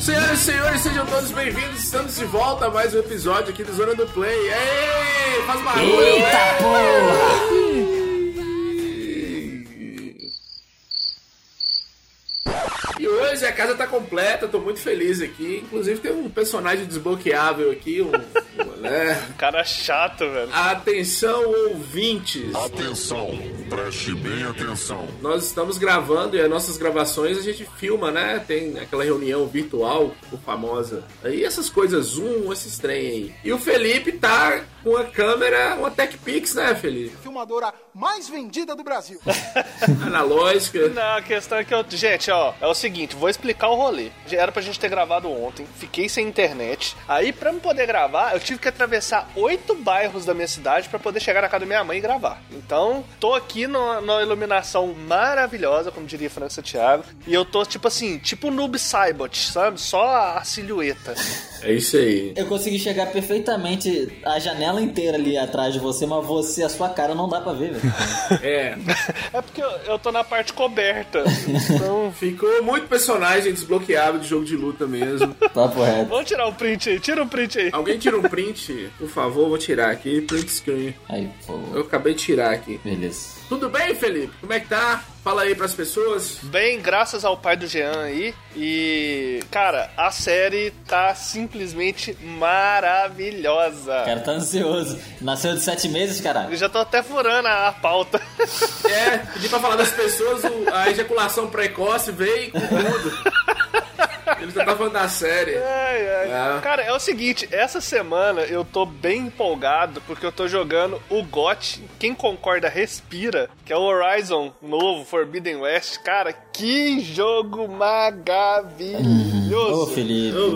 Senhoras e senhores, sejam todos bem-vindos. Estamos de volta a mais um episódio aqui do Zona do Play. Ei, faz barulho! Eita né? porra! E hoje a casa tá completa, tô muito feliz aqui. Inclusive tem um personagem desbloqueável aqui, um. um, né? Cara chato, velho. Atenção, ouvintes! Atenção, preste bem atenção. Nós estamos gravando e as nossas gravações a gente filma, né? Tem aquela reunião virtual, o famosa. Aí essas coisas, Zoom, esses trem aí. E o Felipe tá com a câmera, uma Tech Pix, né, Felipe? filmadora mais vendida do Brasil. Analógica. Não, a questão é que eu. Gente, ó, é o seguinte, vou explicar o rolê. Já Era pra gente ter gravado ontem, fiquei sem internet. Aí, pra não poder gravar, eu tive que atravessar oito bairros da minha cidade pra poder chegar na casa da minha mãe e gravar. Então, tô aqui numa, numa iluminação maravilhosa, como diria Frank Santiago. E eu tô, tipo assim, tipo noob Saibot, sabe? Só a silhueta. É isso aí. Eu consegui chegar perfeitamente a janela inteira ali atrás de você, mas você, a sua cara não dá pra ver, velho. É. É porque eu, eu tô na parte coberta. Então. Ficou muito personagem desbloqueável de jogo de luta mesmo. Papo reto. Vamos tirar o print aí, tira o print aí. Alguém tira um print, por favor, vou tirar aqui. Print screen. Aí, pô. Eu acabei de tirar aqui. Beleza. Tudo bem, Felipe? Como é que tá? Fala aí pras pessoas. Bem, graças ao pai do Jean aí. E, cara, a série tá simplesmente O maravilhosa. cara tá ansioso. Nasceu de sete meses, Eu caralho. já tô até furando a, a pauta. É, pedi pra falar das pessoas, o- a ejaculação precoce veio com tudo. Ele já tá falando da série. Ai, ai. É. Cara, é o seguinte, essa semana eu tô bem empolgado porque eu tô jogando o GOT, quem concorda respira, que é o Horizon novo, Forbidden West. Cara, que jogo Ô, maravilhoso. Felipe. Ô,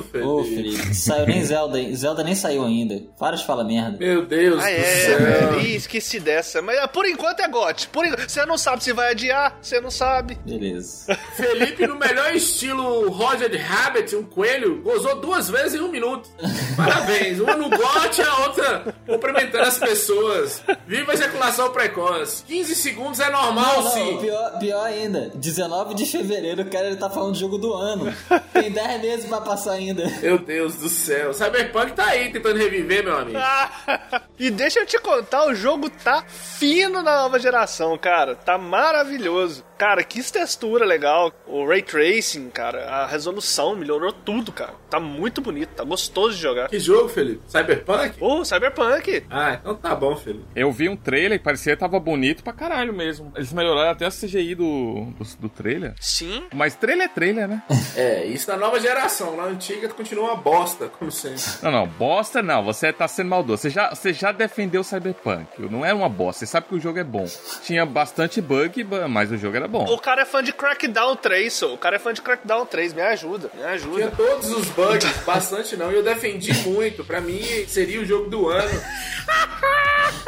Ô, Felipe. Felipe. Saiu nem Zelda, hein? Zelda nem saiu ainda. Para de falar merda. Meu Deus Ah, do é, céu. velho. Ih, esqueci dessa. Mas ah, por enquanto é GOT. Por en- Você não sabe se vai adiar, você não sabe. Beleza. Felipe, no melhor estilo Roger Rabbit, um coelho, gozou duas vezes em um minuto. Parabéns. Uma no gote, a outra cumprimentando as pessoas. Viva a ejaculação precoce. 15 segundos é normal, Não, não, sim. pior, pior ainda. 19 de fevereiro, o cara ele tá falando do jogo do ano. Tem 10 meses pra passar ainda. Meu Deus do céu. Cyberpunk tá aí tentando reviver, meu amigo. Ah, e deixa eu te contar, o jogo tá fino na nova geração, cara. Tá maravilhoso. Cara, que textura legal. O ray tracing, cara, a resolução melhorou tudo, cara. Tá muito bonito, tá gostoso de jogar. Que jogo, Felipe? Cyberpunk? Ô, Cyberpunk! Ah, então tá bom, Felipe. Eu vi um trailer que parecia que tava bonito pra caralho mesmo. Eles melhoraram até o CGI do, do, do trailer. Sim. Mas trailer é trailer, né? É, isso na nova geração. Na antiga continua uma bosta, como sempre. Não, não, bosta não, você tá sendo maldoso. Você já, você já defendeu o Cyberpunk. Não era uma bosta, você sabe que o jogo é bom. Tinha bastante bug, ba- mas o jogo era bom. O cara é fã de Crackdown 3, só. O cara é fã de Crackdown 3, me ajuda, me Tinha ajuda. todos os bugs, bastante não, e eu defendi muito. Pra mim, seria o jogo do ano.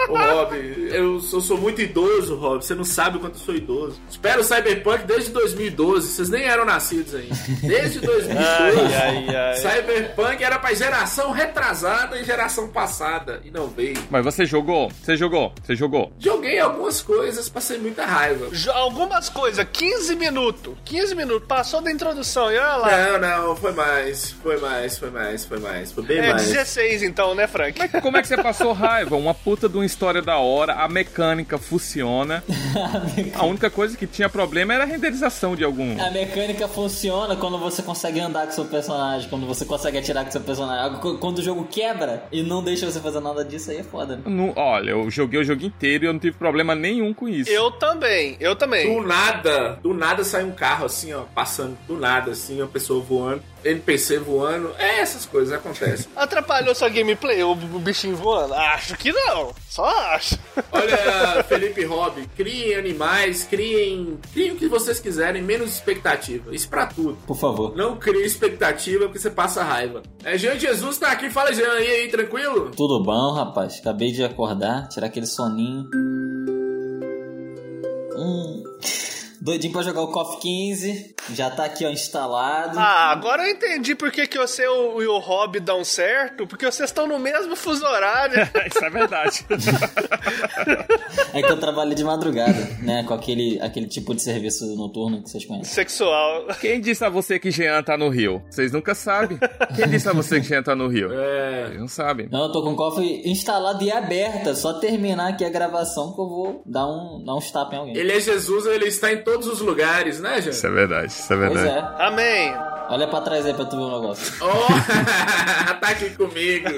Ô, Rob, eu sou, sou muito idoso, Rob. Você não sabe o quanto eu sou idoso. Espero o Cyberpunk desde 2012. Vocês nem eram nascidos ainda. Desde 2012. Ai, ai, ai. Cyberpunk era pra geração retrasada e geração passada. E não veio. Mas você jogou, você jogou, você jogou. Joguei algumas coisas, passei muita raiva. Jo- Algumas coisas, 15 minutos. 15 minutos, passou da introdução e olha lá. Não, não, foi mais, foi mais, foi mais, foi mais, foi bem É mais. 16 então, né, Frank? Como é que você passou raiva? Uma puta de uma história da hora, a mecânica funciona. A única coisa que tinha problema era a renderização de algum. A mecânica funciona quando você consegue andar com seu personagem, quando você consegue atirar com seu personagem. Qu- Quando o jogo quebra e não deixa você fazer nada disso, aí é foda. né? Não- olha, eu joguei o jogo inteiro e eu não tive problema nenhum com isso. Eu também, eu também. Do nada, do nada sai um carro assim, ó, passando, do nada, assim, uma pessoa voando, NPC voando, é essas coisas acontecem. Atrapalhou sua gameplay, o o bichinho voando? Acho que não, só acho. Olha, Felipe Hobby, criem animais, criem, criem o que vocês quiserem, menos expectativa. Isso pra tudo. Por favor. Não crie expectativa porque você passa raiva. É, Jean Jesus tá aqui, fala Jean, e aí, tranquilo? Tudo bom, rapaz? Acabei de acordar, tirar aquele soninho. Hum. Doidinho pra jogar o KOF 15. Já tá aqui, ó, instalado. Ah, agora eu entendi por que, que você e o, e o Rob dão certo, porque vocês estão no mesmo fuso horário. Isso é verdade. É que eu trabalhei de madrugada, né? Com aquele, aquele tipo de serviço noturno que vocês conhecem. Sexual. Quem disse a você que Jean tá no Rio? Vocês nunca sabem. Quem disse a você que Jean tá no Rio? É. Vocês não sabem. Não, eu tô com o cofre instalado e aberta. Só terminar aqui a gravação que eu vou dar um, dar um tapa em alguém. Ele é Jesus, ele está em todos os lugares, né, Isso gente? é verdade, isso é Pois verdade. né? é. Amém. Olha pra trás aí pra tu ver o negócio. Oh, tá aqui comigo.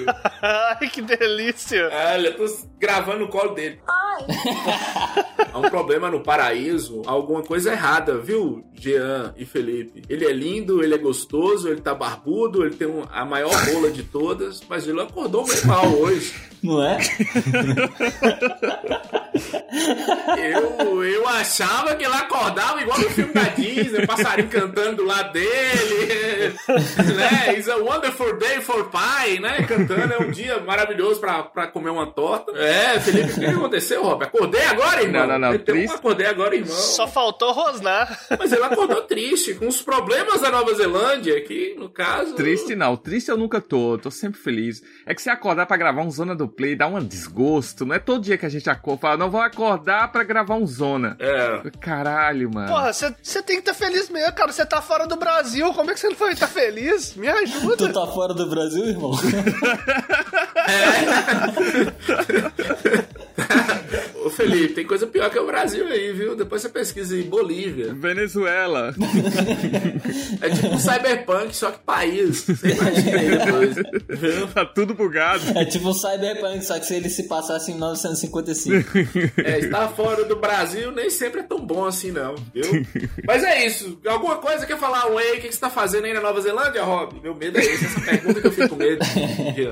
Ai, que delícia. Olha, eu tô gravando o colo dele. Há um problema no paraíso, alguma coisa errada, viu, Jean e Felipe? Ele é lindo, ele é gostoso, ele tá barbudo, ele tem um- a maior rola de todas, mas ele acordou bem mal hoje. Não é? Eu, eu achava que ele acordava igual no filme da Disney, o passarinho cantando do lado dele, né? It's a wonderful day for pie, né? Cantando, é um dia maravilhoso pra, pra comer uma torta. É, Felipe, o que aconteceu, Rob? Acordei agora, irmão? Não, não, não, Ele tem um triste. acordei agora, irmão. Só faltou rosnar. Mas ele acordou triste, com os problemas da Nova Zelândia, que no caso... Triste não, triste eu nunca tô, tô sempre feliz. É que se acordar pra gravar um Zona do Play dá um desgosto, não é todo dia que a gente acorda, fala, não vou acordar pra gravar um Zona. É, Caralho, mano. Porra, você tem que estar feliz mesmo, cara. Você tá fora do Brasil. Como é que você não foi estar feliz? Me ajuda. Tu tá fora do Brasil, irmão? ô Felipe, tem coisa pior que o Brasil aí, viu? Depois você pesquisa em Bolívia. Venezuela. É tipo um cyberpunk, só que país. Você imagina aí depois. tá tudo bugado. É tipo um cyberpunk, só que se ele se passasse em 1955. É, estar fora do Brasil nem sempre é tão bom assim, não, viu? Mas é isso. Alguma coisa quer falar, Way? O que que você tá fazendo aí na Nova Zelândia, Rob? Meu medo é esse, essa pergunta que eu fico com medo.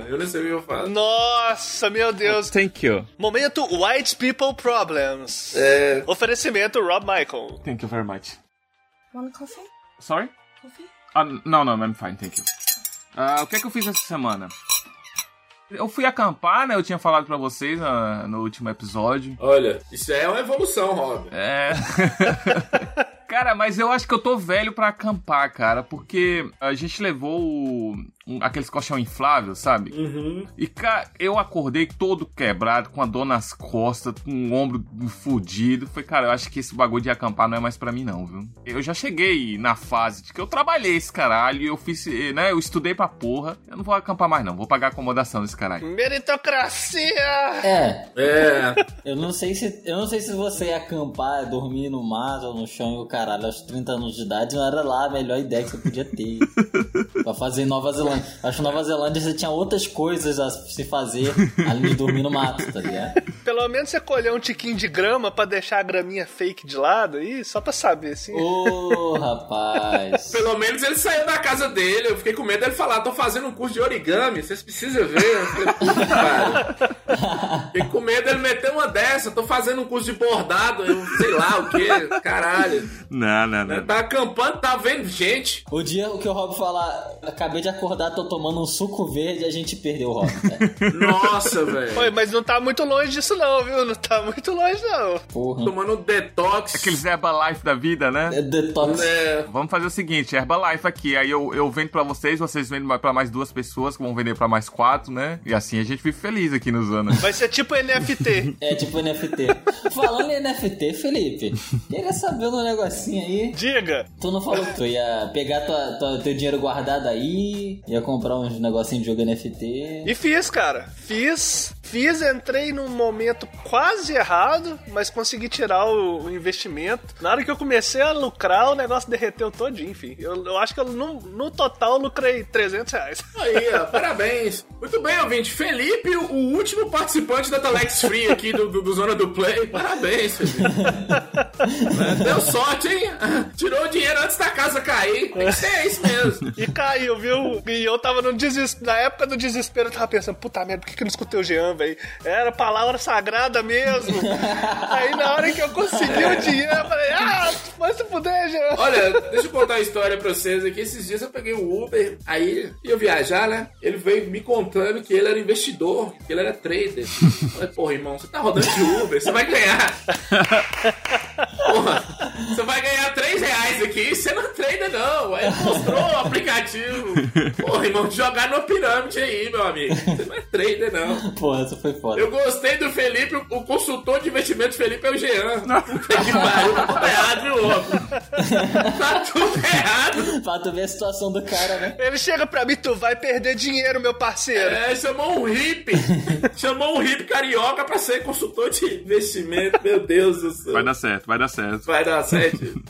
Eu nem sei o que eu falo. Nossa, meu Deus. Thank you. Momento White People Problems. É. Oferecimento Rob Michael. Thank you very much. Want coffee? Sorry? Coffee? Ah, não, não, I'm fine, thank you. Ah, o que é que eu fiz essa semana? Eu fui acampar, né? Eu tinha falado pra vocês ah, no último episódio. Olha, isso é uma evolução, Rob. É. Cara, mas eu acho que eu tô velho pra acampar, cara, porque a gente levou o- um- aqueles colchão inflável, sabe? Uhum. E, cara, eu acordei todo quebrado, com a dor nas costas, com o ombro fudido. Falei, cara, eu acho que esse bagulho de acampar não é mais pra mim, não, viu? Eu já cheguei na fase de que eu trabalhei esse caralho, eu fiz, eh, né? Eu estudei pra porra. Eu não vou acampar mais, não. Vou pagar acomodação desse caralho. Meritocracia. É, É, eu não sei se eu não sei se você ia acampar, dormir no mato ou no chão e o caralho, aos 30 anos de idade, não era lá a melhor ideia que você podia ter. pra fazer em Nova Zelândia. Acho que Nova Zelândia você tinha outras coisas a se fazer além de dormir no mato, tá ligado? Pelo menos você colheu um tiquinho de grama pra deixar a graminha fake de lado aí, só pra saber, assim. Ô, rapaz. pelo menos ele saiu da casa dele. Eu fiquei com medo dele falar, tô fazendo um curso de origami, vocês precisam ver. Eu falei, puta, cara. Fiquei com medo dele meter uma dessa, tô fazendo um curso de bordado, eu sei lá o que, caralho. Não, não, não. Tá acampando, tá vendo gente. O dia que o Rob falar, acabei de acordar, tô tomando um suco verde, a gente perdeu o Rob, né? cara. Nossa, velho. Oi, mas não tá muito longe disso não, viu? Não tá muito longe não. Porra. Tomando um detox. Aqueles Herbalife da vida, né? É Detox. É, Vamos fazer o seguinte, Herbalife aqui, aí eu, eu vendo pra vocês, vocês vendem pra mais duas pessoas, que vão vender pra mais quatro, né? E assim a gente vive feliz aqui no Zona. Vai ser tipo NFT. É tipo NFT. Falando em NFT, Felipe, queria saber um negocinho aí. Diga. Tu não falou que tu ia pegar tua, tua- teu dinheiro guardado aí, ia comprar uns negocinho de jogo NFT. E fiz, cara. Fiz. Fiz, entrei num momento quase errado, mas consegui tirar o, o investimento. Na hora que eu comecei a lucrar, o negócio derreteu todinho, enfim. Eu, eu acho que eu, no, no total eu lucrei 300 reais. aí, ó, parabéns. Muito bem, ouvinte. Felipe, o último participante da Telex Free aqui do, do, do Zona do Play. Parabéns, Felipe. É, Deu sorte, hein? Tirou o dinheiro antes da casa cair. Tem que ser isso mesmo. E caiu, viu? E eu tava no desespero. Na época do desespero, eu tava pensando, puta merda, por que, que eu não escutei o Jean, velho? Era palavra sagrada mesmo. Aí na hora que eu consegui o dinheiro, eu falei, ah, mas se puder, Jean. Olha, deixa eu contar uma história pra vocês aqui. Esses dias eu peguei o Uber, aí ia viajar, né? Ele veio me contando que ele era investidor, que ele era trader. Eu falei, porra, irmão, você tá rodando de Uber, você vai ganhar. Porra. Você vai ganhar 3 reais aqui, você não treina não. Aí mostrou o aplicativo. Porra, irmão, jogar no pirâmide aí, meu amigo. Você não é trader não. Porra, essa foi foda. Eu gostei do Felipe, o consultor de investimentos Felipe é o Jean. Puta que pariu, tá tudo errado, viu, homem? Tá tudo errado. Pra tu ver a situação do cara, né? Ele chega pra mim, tu vai perder dinheiro, meu parceiro. É, chamou um hippie. Chamou um hippie carioca pra ser consultor de investimento. Meu Deus do céu. Vai dar certo, vai dar certo. Vai dar certo.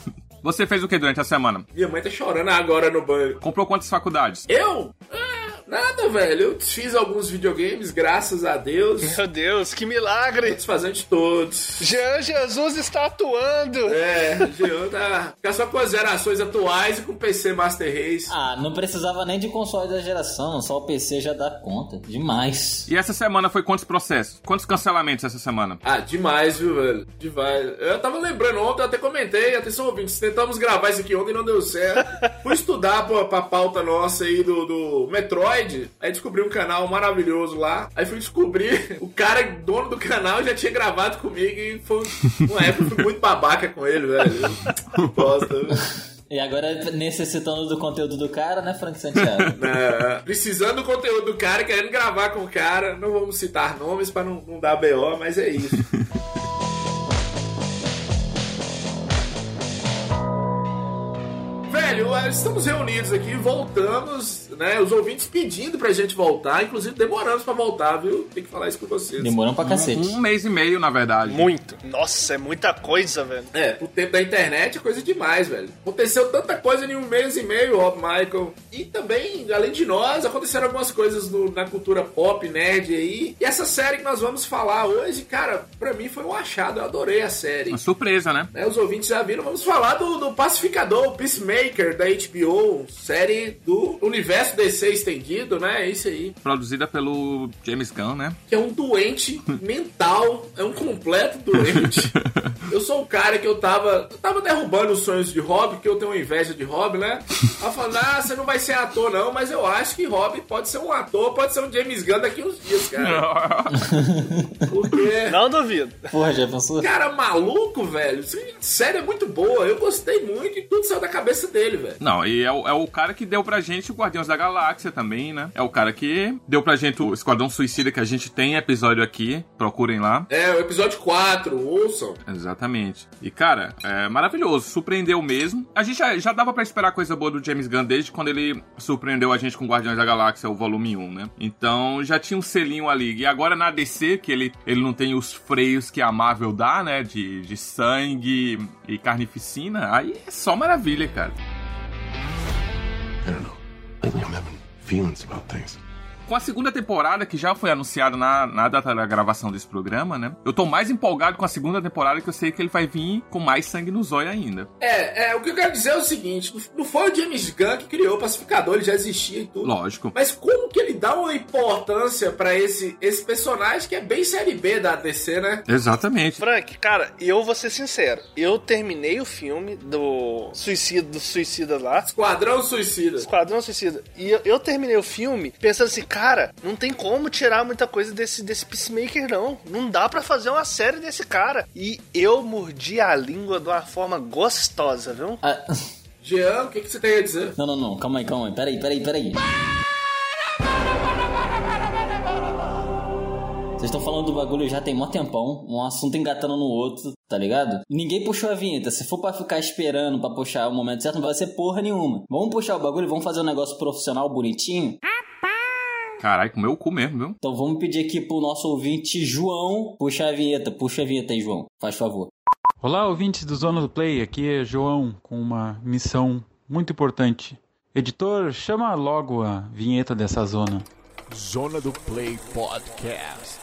Você fez o que durante a semana? Minha mãe tá chorando agora no banho. Comprou quantas faculdades? Eu? Ah, nada, velho. Eu fiz alguns videogames, graças a Deus. Meu Deus, que milagre. Satisfazendo de todos. Jean Jesus está atuando. É, Jean tá. Fica só com as gerações atuais e com o PC Master Race. Ah, não precisava nem de console da geração, só o PC já dá conta. Demais. E essa semana foi quantos processos? Quantos cancelamentos essa semana? Ah, demais, viu, velho? Demais. Eu tava lembrando ontem, eu até comentei, atenção ouvintes, tentamos gravar isso aqui ontem e não deu certo. Fui estudar pra, pra pauta nossa aí do, do Metroid, aí descobri um canal maravilhoso lá. Aí fui descobrir, o cara, dono do canal, já tinha gravado comigo e foi um, uma época eu fui muito babaca com ele, velho. Bosta, viu? E agora necessitando do conteúdo do cara, né, Frank Santiago? É, precisando do conteúdo do cara, querendo gravar com o cara. Não vamos citar nomes pra não, não dar BO, mas é isso. Velho, é, estamos reunidos aqui, voltamos, né? Os ouvintes pedindo pra gente voltar, inclusive demoramos pra voltar, viu? Tem que falar isso com vocês. Demorou pra cacete. Um mês e meio, na verdade. Muito. Nossa, é muita coisa, velho. É, o tempo da internet é coisa demais, velho. Aconteceu tanta coisa em um mês e meio, Rob Michael. E também, além de nós, aconteceram algumas coisas no- na cultura pop, nerd aí. E essa série que nós vamos falar hoje, cara, pra mim foi um achado. Eu adorei a série. Uma surpresa, né? Né, os ouvintes já viram, vamos falar do, do Pacificador, o Peacemaker da HBO, série do universo DC estendido, né? É isso aí. Produzida pelo James Gunn, né? Que é um doente mental, é um completo doente. Eu sou o cara que eu tava. Eu tava derrubando os sonhos de Rob, que eu tenho uma inveja de Rob, né? Ela falando, ah, você não vai ser ator, não, mas eu acho que Rob pode ser um ator, pode ser um James Gunn daqui uns dias, cara. É. Porque. Não duvido. Porra, já pensou? Cara, maluco, velho. Essa série é muito boa. Eu gostei muito e tudo saiu da cabeça dele, velho. Não, e é o, é o cara que deu pra gente o Guardiões da Galáxia também, né? É o cara que deu pra gente o Esquadrão Suicida, que a gente tem episódio aqui. Procurem lá. É, o episódio 4, ouçam. Exatamente. E, cara, é maravilhoso. Surpreendeu mesmo. A gente já, já dava pra esperar coisa boa do James Gunn desde quando ele surpreendeu a gente com Guardiões da Galáxia, o volume 1, né? Então, já tinha um selinho ali. E agora na DC, que ele, ele não tem os freios que a Marvel dá, né? De, de sangue e carnificina. Aí é só maravilha, cara. I don't know. Lately, I'm having feelings about things. Com a segunda temporada, que já foi anunciada na, na data da gravação desse programa, né? Eu tô mais empolgado com a segunda temporada, que eu sei que ele vai vir com mais sangue no zóio ainda. É, é, o que eu quero dizer é o seguinte: não foi o James Gunn que criou o pacificador, ele já existia e tudo. Lógico. Mas como que ele dá uma importância pra esse, esse personagem que é bem série B da DC, né? Exatamente. Frank, cara, eu vou ser sincero. Eu terminei o filme do Suicida, do Suicida lá. Esquadrão Suicida. Esquadrão Suicida. E eu, eu terminei o filme pensando assim, cara, não tem como tirar muita coisa desse, desse Peacemaker, não. Não dá pra fazer uma série desse cara. E eu mordi a língua de uma forma gostosa, viu? Ah, Jean, o que, que você tem a dizer? não, não, não. Calma aí, calma aí. Peraí, peraí, peraí. Vocês estão falando do bagulho já tem mó tempão, um assunto engatando no outro, tá ligado? Ninguém puxou a vinheta. Se for pra ficar esperando pra puxar o momento certo, não vai ser porra nenhuma. Vamos puxar o bagulho, vamos fazer um negócio profissional bonitinho. Caralho, comeu o cu mesmo, viu? Então vamos pedir aqui pro nosso ouvinte João puxar a vinheta. Puxa a vinheta aí, João. Faz favor. Olá, ouvintes do Zona do Play, aqui é João com uma missão muito importante. Editor, chama logo a vinheta dessa zona. Zona do Play Podcast.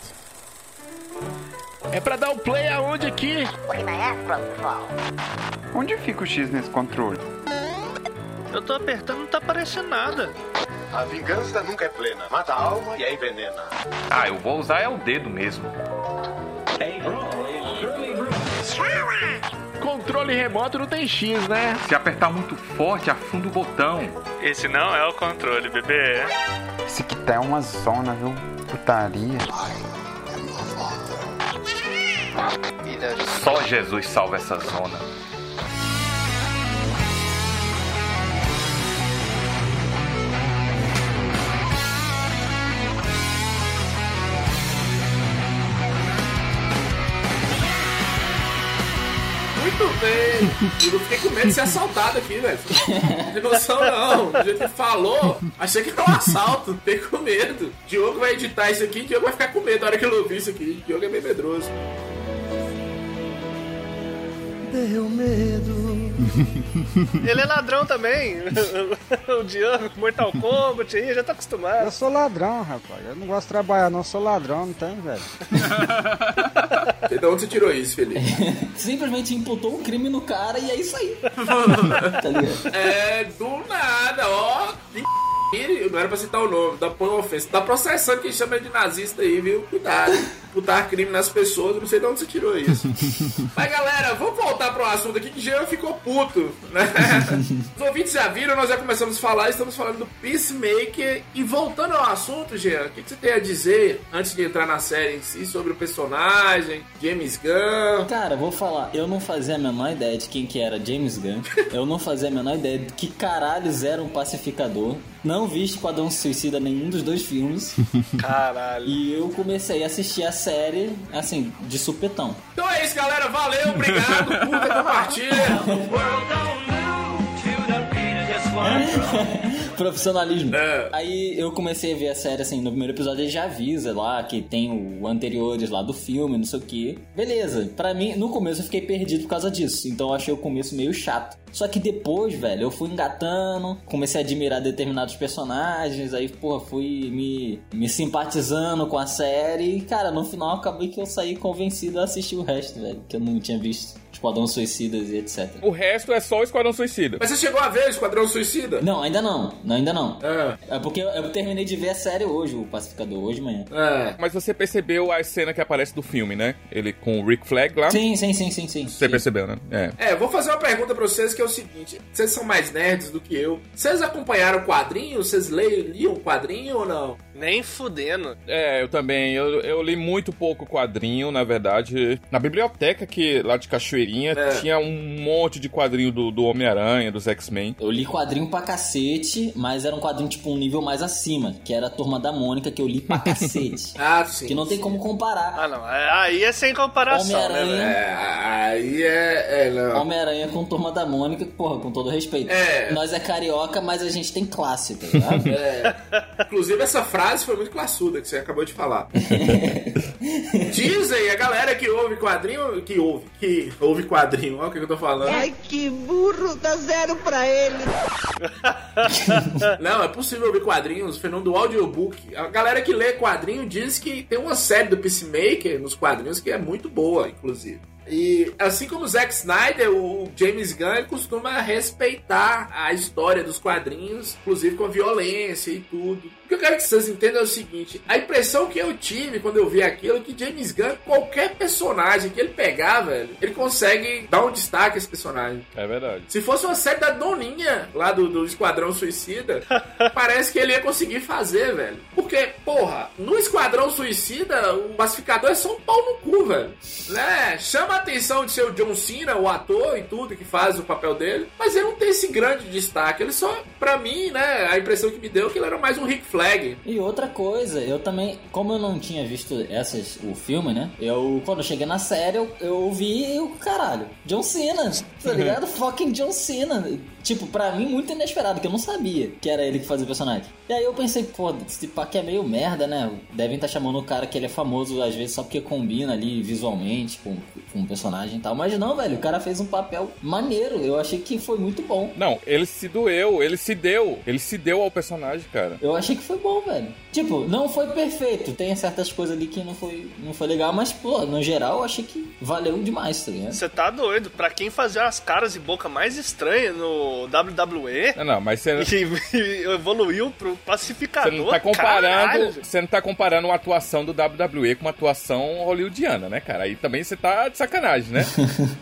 É pra dar o play aonde aqui? Onde fica o X nesse controle? Eu tô apertando, não tá aparecendo nada. A vingança nunca é plena. Mata a alma e a envenena. Ah, eu vou usar é o dedo mesmo. Controle remoto não tem X, né? Se apertar muito forte, afunda o botão. Esse não é o controle, bebê. Esse aqui tá uma zona, viu? Putaria. Só Jesus salva essa zona. Eu fiquei com medo de ser assaltado aqui, velho. Não tem noção, não. Do jeito que falou, achei que era um assalto. Fiquei com medo. Diogo vai editar isso aqui, Diogo vai ficar com medo na hora que ele ouvir isso aqui. Diogo é meio medroso. Deu medo. Ele é ladrão também. o Diogo, Mortal Kombat aí, já tá acostumado. Eu sou ladrão, rapaz. Eu não gosto de trabalhar, não. Eu sou ladrão, não tem, velho. De Então, onde você tirou isso, Felipe? Simplesmente imputou um crime no cara e é isso aí. tá ligado? É, do nada, ó. Ele- Não era pra citar o nome, dá põe uma ofensa. Tá processando quem chama ele de nazista aí, viu? Cuidado. Putar crime nas pessoas, eu não sei de onde você tirou isso. Mas galera, vamos voltar pro assunto aqui que Jean ficou puto, né? Os ouvintes já viram, nós já começamos a falar, estamos falando do Peacemaker. E voltando ao assunto, Jean, o que, que você tem a dizer antes de entrar na série em si sobre o personagem, James Gunn? Cara, eu vou falar, eu não fazia a menor ideia de quem que era James Gunn. Eu não fazia a menor ideia de que caralhos era um pacificador. Não vi Esquadrão Suicida em nenhum dos dois filmes. Caralho. E eu comecei a assistir a série, assim, de supetão. Então é isso, galera. Valeu, obrigado. Curta, compartilha. Profissionalismo. É. Aí eu comecei a ver a série, assim, no primeiro episódio ele já avisa lá que tem o anteriores lá do filme, não sei o que. Beleza, pra mim, no começo eu fiquei perdido por causa disso, então eu achei o começo meio chato. Só que depois, velho, eu fui engatando, comecei a admirar determinados personagens, aí, porra, fui me, me simpatizando com a série. E, cara, no final acabei que eu saí convencido a assistir o resto, velho, que eu não tinha visto. Esquadrão Suicidas e etc. O resto é só o Esquadrão Suicida. Mas você chegou a ver o Esquadrão Suicida? Não, ainda não, não, ainda não. É, É porque eu, eu terminei de ver a série hoje, o Pacificador, hoje de manhã. é. Mas você percebeu a cena que aparece do filme, né? Ele com o Rick Flag lá? Sim, sim, sim, sim, sim. Você percebeu, né? É. É, vou fazer uma pergunta pra vocês que é o seguinte: vocês são mais nerds do que eu. Vocês acompanharam o quadrinho? Vocês leiam, liam o quadrinho ou não? Nem fudendo. É, eu também. Eu, eu li muito pouco quadrinho, na verdade. Na biblioteca que lá de Cachoeirinha É. tinha um monte de quadrinho do, do Homem-Aranha, dos X-Men. Eu li quadrinho pra cacete, mas era um quadrinho tipo um nível mais acima, que era a Turma da Mônica, que eu li pra cacete. Ah, sim. que não tem como comparar Ah, não. Aí é sem comparação, né, velho? Homem-Aranha É, aí é. É, não. Homem-Aranha com Turma da Mônica, porra, com todo respeito. É. Nós é carioca, mas a gente tem classe, tá ligado? É. Inclusive, essa frase foi muito classuda que você acabou de falar. Dizem a galera que ouve quadrinho. Que ouve. Que ouve quadrinho. Olha o que eu tô falando. É, que burro, dá zero pra ele. Não, é possível ouvir quadrinhos, o fenômeno do audiobook. A galera que lê quadrinho diz que tem uma série do Peacemaker nos quadrinhos que é muito boa, inclusive. E assim como o Zack Snyder, o James Gunn ele costuma respeitar a história dos quadrinhos, inclusive com a violência e tudo. O que eu quero que vocês entendam é o seguinte: a impressão que eu tive quando eu vi aquilo é que James Gunn, qualquer personagem que ele pegar, velho, ele consegue dar um destaque a esse personagem. É verdade. Se fosse uma série da Doninha, lá do, do Esquadrão Suicida, parece que ele ia conseguir fazer, velho. Porque, porra, no Esquadrão Suicida, o pacificador é só um pau no cu, velho. Né? Chama a atenção de ser o John Cena, o ator e tudo, que faz o papel dele, mas ele não tem esse grande destaque. Ele só, pra mim, né, a impressão que me deu é que ele era mais um Rick Flag. E outra coisa, eu também, como eu não tinha visto essas, o filme, né? Eu, quando eu cheguei na série, eu, eu ouvi e eu, caralho, John Cena, tá ligado? Fucking John Cena. Tipo, pra mim, muito inesperado, que eu não sabia que era ele que fazia o personagem. E aí eu pensei, pô, esse pá que é meio merda, né? Devem estar chamando o cara que ele é famoso, às vezes, só porque combina ali visualmente com, com o personagem e tal. Mas não, velho, o cara fez um papel maneiro. Eu achei que foi muito bom. Não, ele se doeu, ele se deu. Ele se deu ao personagem, cara. Eu achei que foi bom, velho. Tipo, não foi perfeito. Tem certas coisas ali que não foi, não foi legal, mas, pô, no geral eu achei que valeu demais, tá ligado? Você tá doido. Pra quem fazia as caras e boca mais estranhas no WWE Não, não, mas você. e, e evoluiu pro É. Você pacificador. não tá comparando, caralho, gente. você não tá comparando uma atuação do WWE com uma atuação hollywoodiana, né, cara? Aí também você tá de sacanagem, né?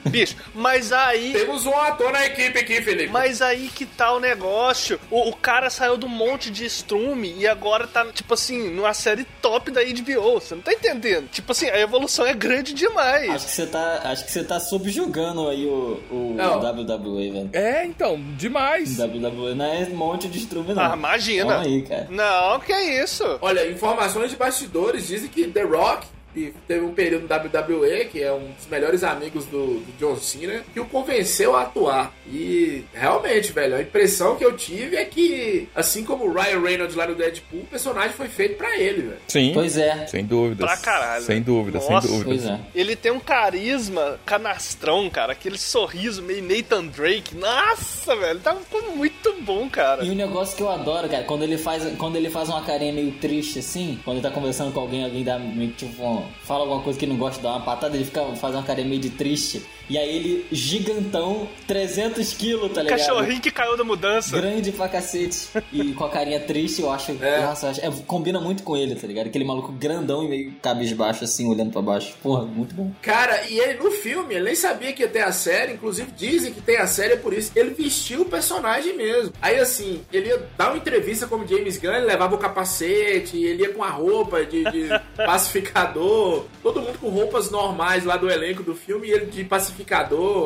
Bicho, mas aí. Temos um ator na equipe aqui, Felipe. Mas aí que tá o negócio. O, o cara saiu de um monte de estrume e agora tá, tipo assim, numa série top da HBO. Você não tá entendendo? Tipo assim, a evolução é grande demais. Acho que você tá, acho que você tá subjugando aí o, o Não. WWE, velho. é, então, demais. WWE não é um monte de instrumento, não. Ah, imagina. Calma aí, cara. Não, que é isso? Olha, informações de bastidores dizem que The Rock que teve um período no WWE, que é um dos melhores amigos do, do John Cena, que o convenceu a atuar. E realmente, velho, a impressão que eu tive é que, assim como o Ryan Reynolds lá no Deadpool, o personagem foi feito pra ele, velho. Sim. Pois é. Sem dúvidas. Pra caralho. Sem dúvida, Nossa. sem dúvida. Ele tem um carisma canastrão, cara. Aquele sorriso meio Nathan Drake. Nossa, velho. Tá ficou muito bom, cara. E o negócio que eu adoro, cara, quando ele faz, quando ele faz uma carinha meio triste assim, quando ele tá conversando com alguém, alguém dá meio que, tipo, um- fala alguma coisa que ele não gosta, dá uma patada, ele fica faz uma carinha meio de triste. E aí ele, gigantão, 300 quilos, tá ligado? Um Cachorrinho que caiu da mudança. Grande pra cacete. E com a carinha triste, eu acho. É. Nossa, eu acho- é, combina muito com ele, tá ligado? Aquele maluco grandão e meio cabisbaixo, assim, olhando pra baixo. Porra, muito bom. Cara, e ele no filme, ele nem sabia que ia ter a série, inclusive dizem que tem a série, é por isso ele vestiu o personagem mesmo. Aí assim, ele ia dar uma entrevista como James Gunn, ele levava o capacete, ele ia com a roupa de, de pacificador, todo mundo com roupas normais lá do elenco do filme e ele de pacificador.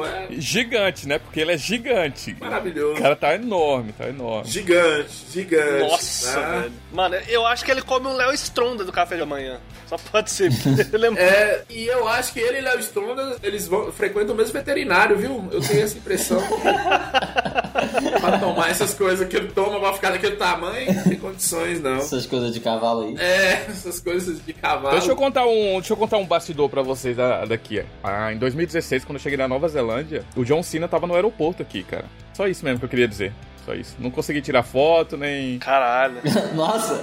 É Gigante, né? Porque ele é gigante. maravilhoso. O cara tá enorme, tá enorme. Gigante, gigante. Nossa, né? velho. Mano, eu acho que ele come um Léo Stronda do café da manhã. Só pode ser. É, e eu acho que ele e Léo Stronda, eles vão, frequentam o mesmo veterinário, viu? Eu tenho essa impressão. pra tomar essas coisas que ele toma pra ficar daquele tamanho, não tem condições, não. Essas coisas de cavalo aí. É, essas coisas de Então, cavalo. deixa eu contar um, deixa eu contar um bastidor pra vocês da- daqui. ó. Ah, em 2016, quando eu cheguei na Nova Zelândia, o John Cena tava no aeroporto aqui, cara. Só isso mesmo que eu queria dizer. Só isso. Não consegui tirar foto, nem. Caralho. Nossa!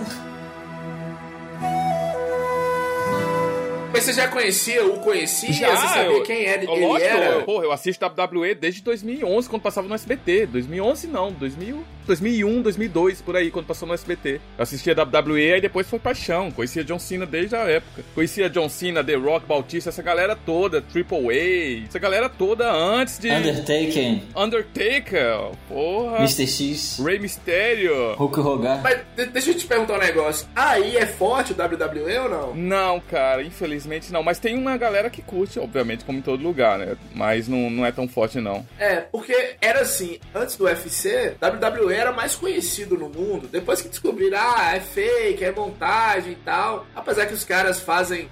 Mas você já conhecia o conhecia? você sabia quem era, eu, ele lógico, era? eu- porra, eu assisto WWE desde 2011, quando passava no SBT. 2011 não, 2000, 2001, 2002, por aí, quando passou no SBT. Eu assistia WWE e depois foi paixão. Conhecia John Cena desde a época. Conhecia John Cena, The Rock, Bautista, essa galera toda, Triple A, essa galera toda antes de... Undertaken, Undertaker, porra. Mr. X, Rey Mysterio. Hulk Hogan. Mas de- deixa eu te perguntar um negócio. Aí é forte o WWE ou não? Não, cara, infelizmente não. Mas tem uma galera que curte, obviamente, como em todo lugar, né? Mas não, não é tão forte, não. É, porque era assim, antes do UFC, WWE era mais conhecido no mundo. Depois que descobriram, ah, é fake, é montagem e tal. Apesar que os caras fazem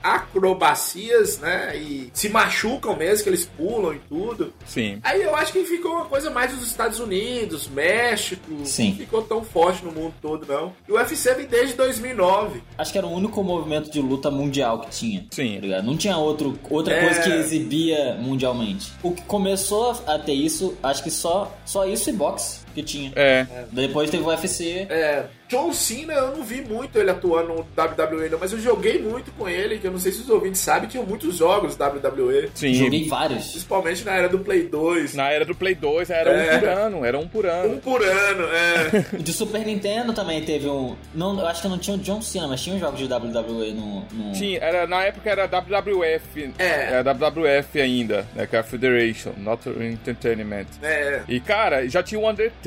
acrobacias, né? E se machucam mesmo, que eles pulam e tudo. Sim. Aí eu acho que ficou uma coisa mais dos Estados Unidos, México. Sim. Não ficou tão forte no mundo todo, não. E o UFC vem desde 2009. Acho que era o único movimento de luta mundial que tinha. tá Sim. ligado? Não tinha outro, outra É. coisa que exibia mundialmente. O que começou a ter isso, acho que só, só isso e boxe que tinha. É. Depois teve o UFC. É, John Cena, eu não vi muito ele atuando no WWE, não, mas eu joguei muito com ele, que eu não sei se os ouvintes sabem, tinham muitos jogos WWE. Sim. Joguei vários. Principalmente na era do Play 2. Na era do Play 2 era É. um por ano, era um por ano. Um por ano, é. De Super Nintendo também teve um. Não, eu acho que não tinha o John Cena, mas tinha um jogo de WWE no. no... Tinha, era, na época era WWF. É. Era WWF ainda, né? Que é a Federation, Not Entertainment. É. E, cara, já tinha o Undertaker,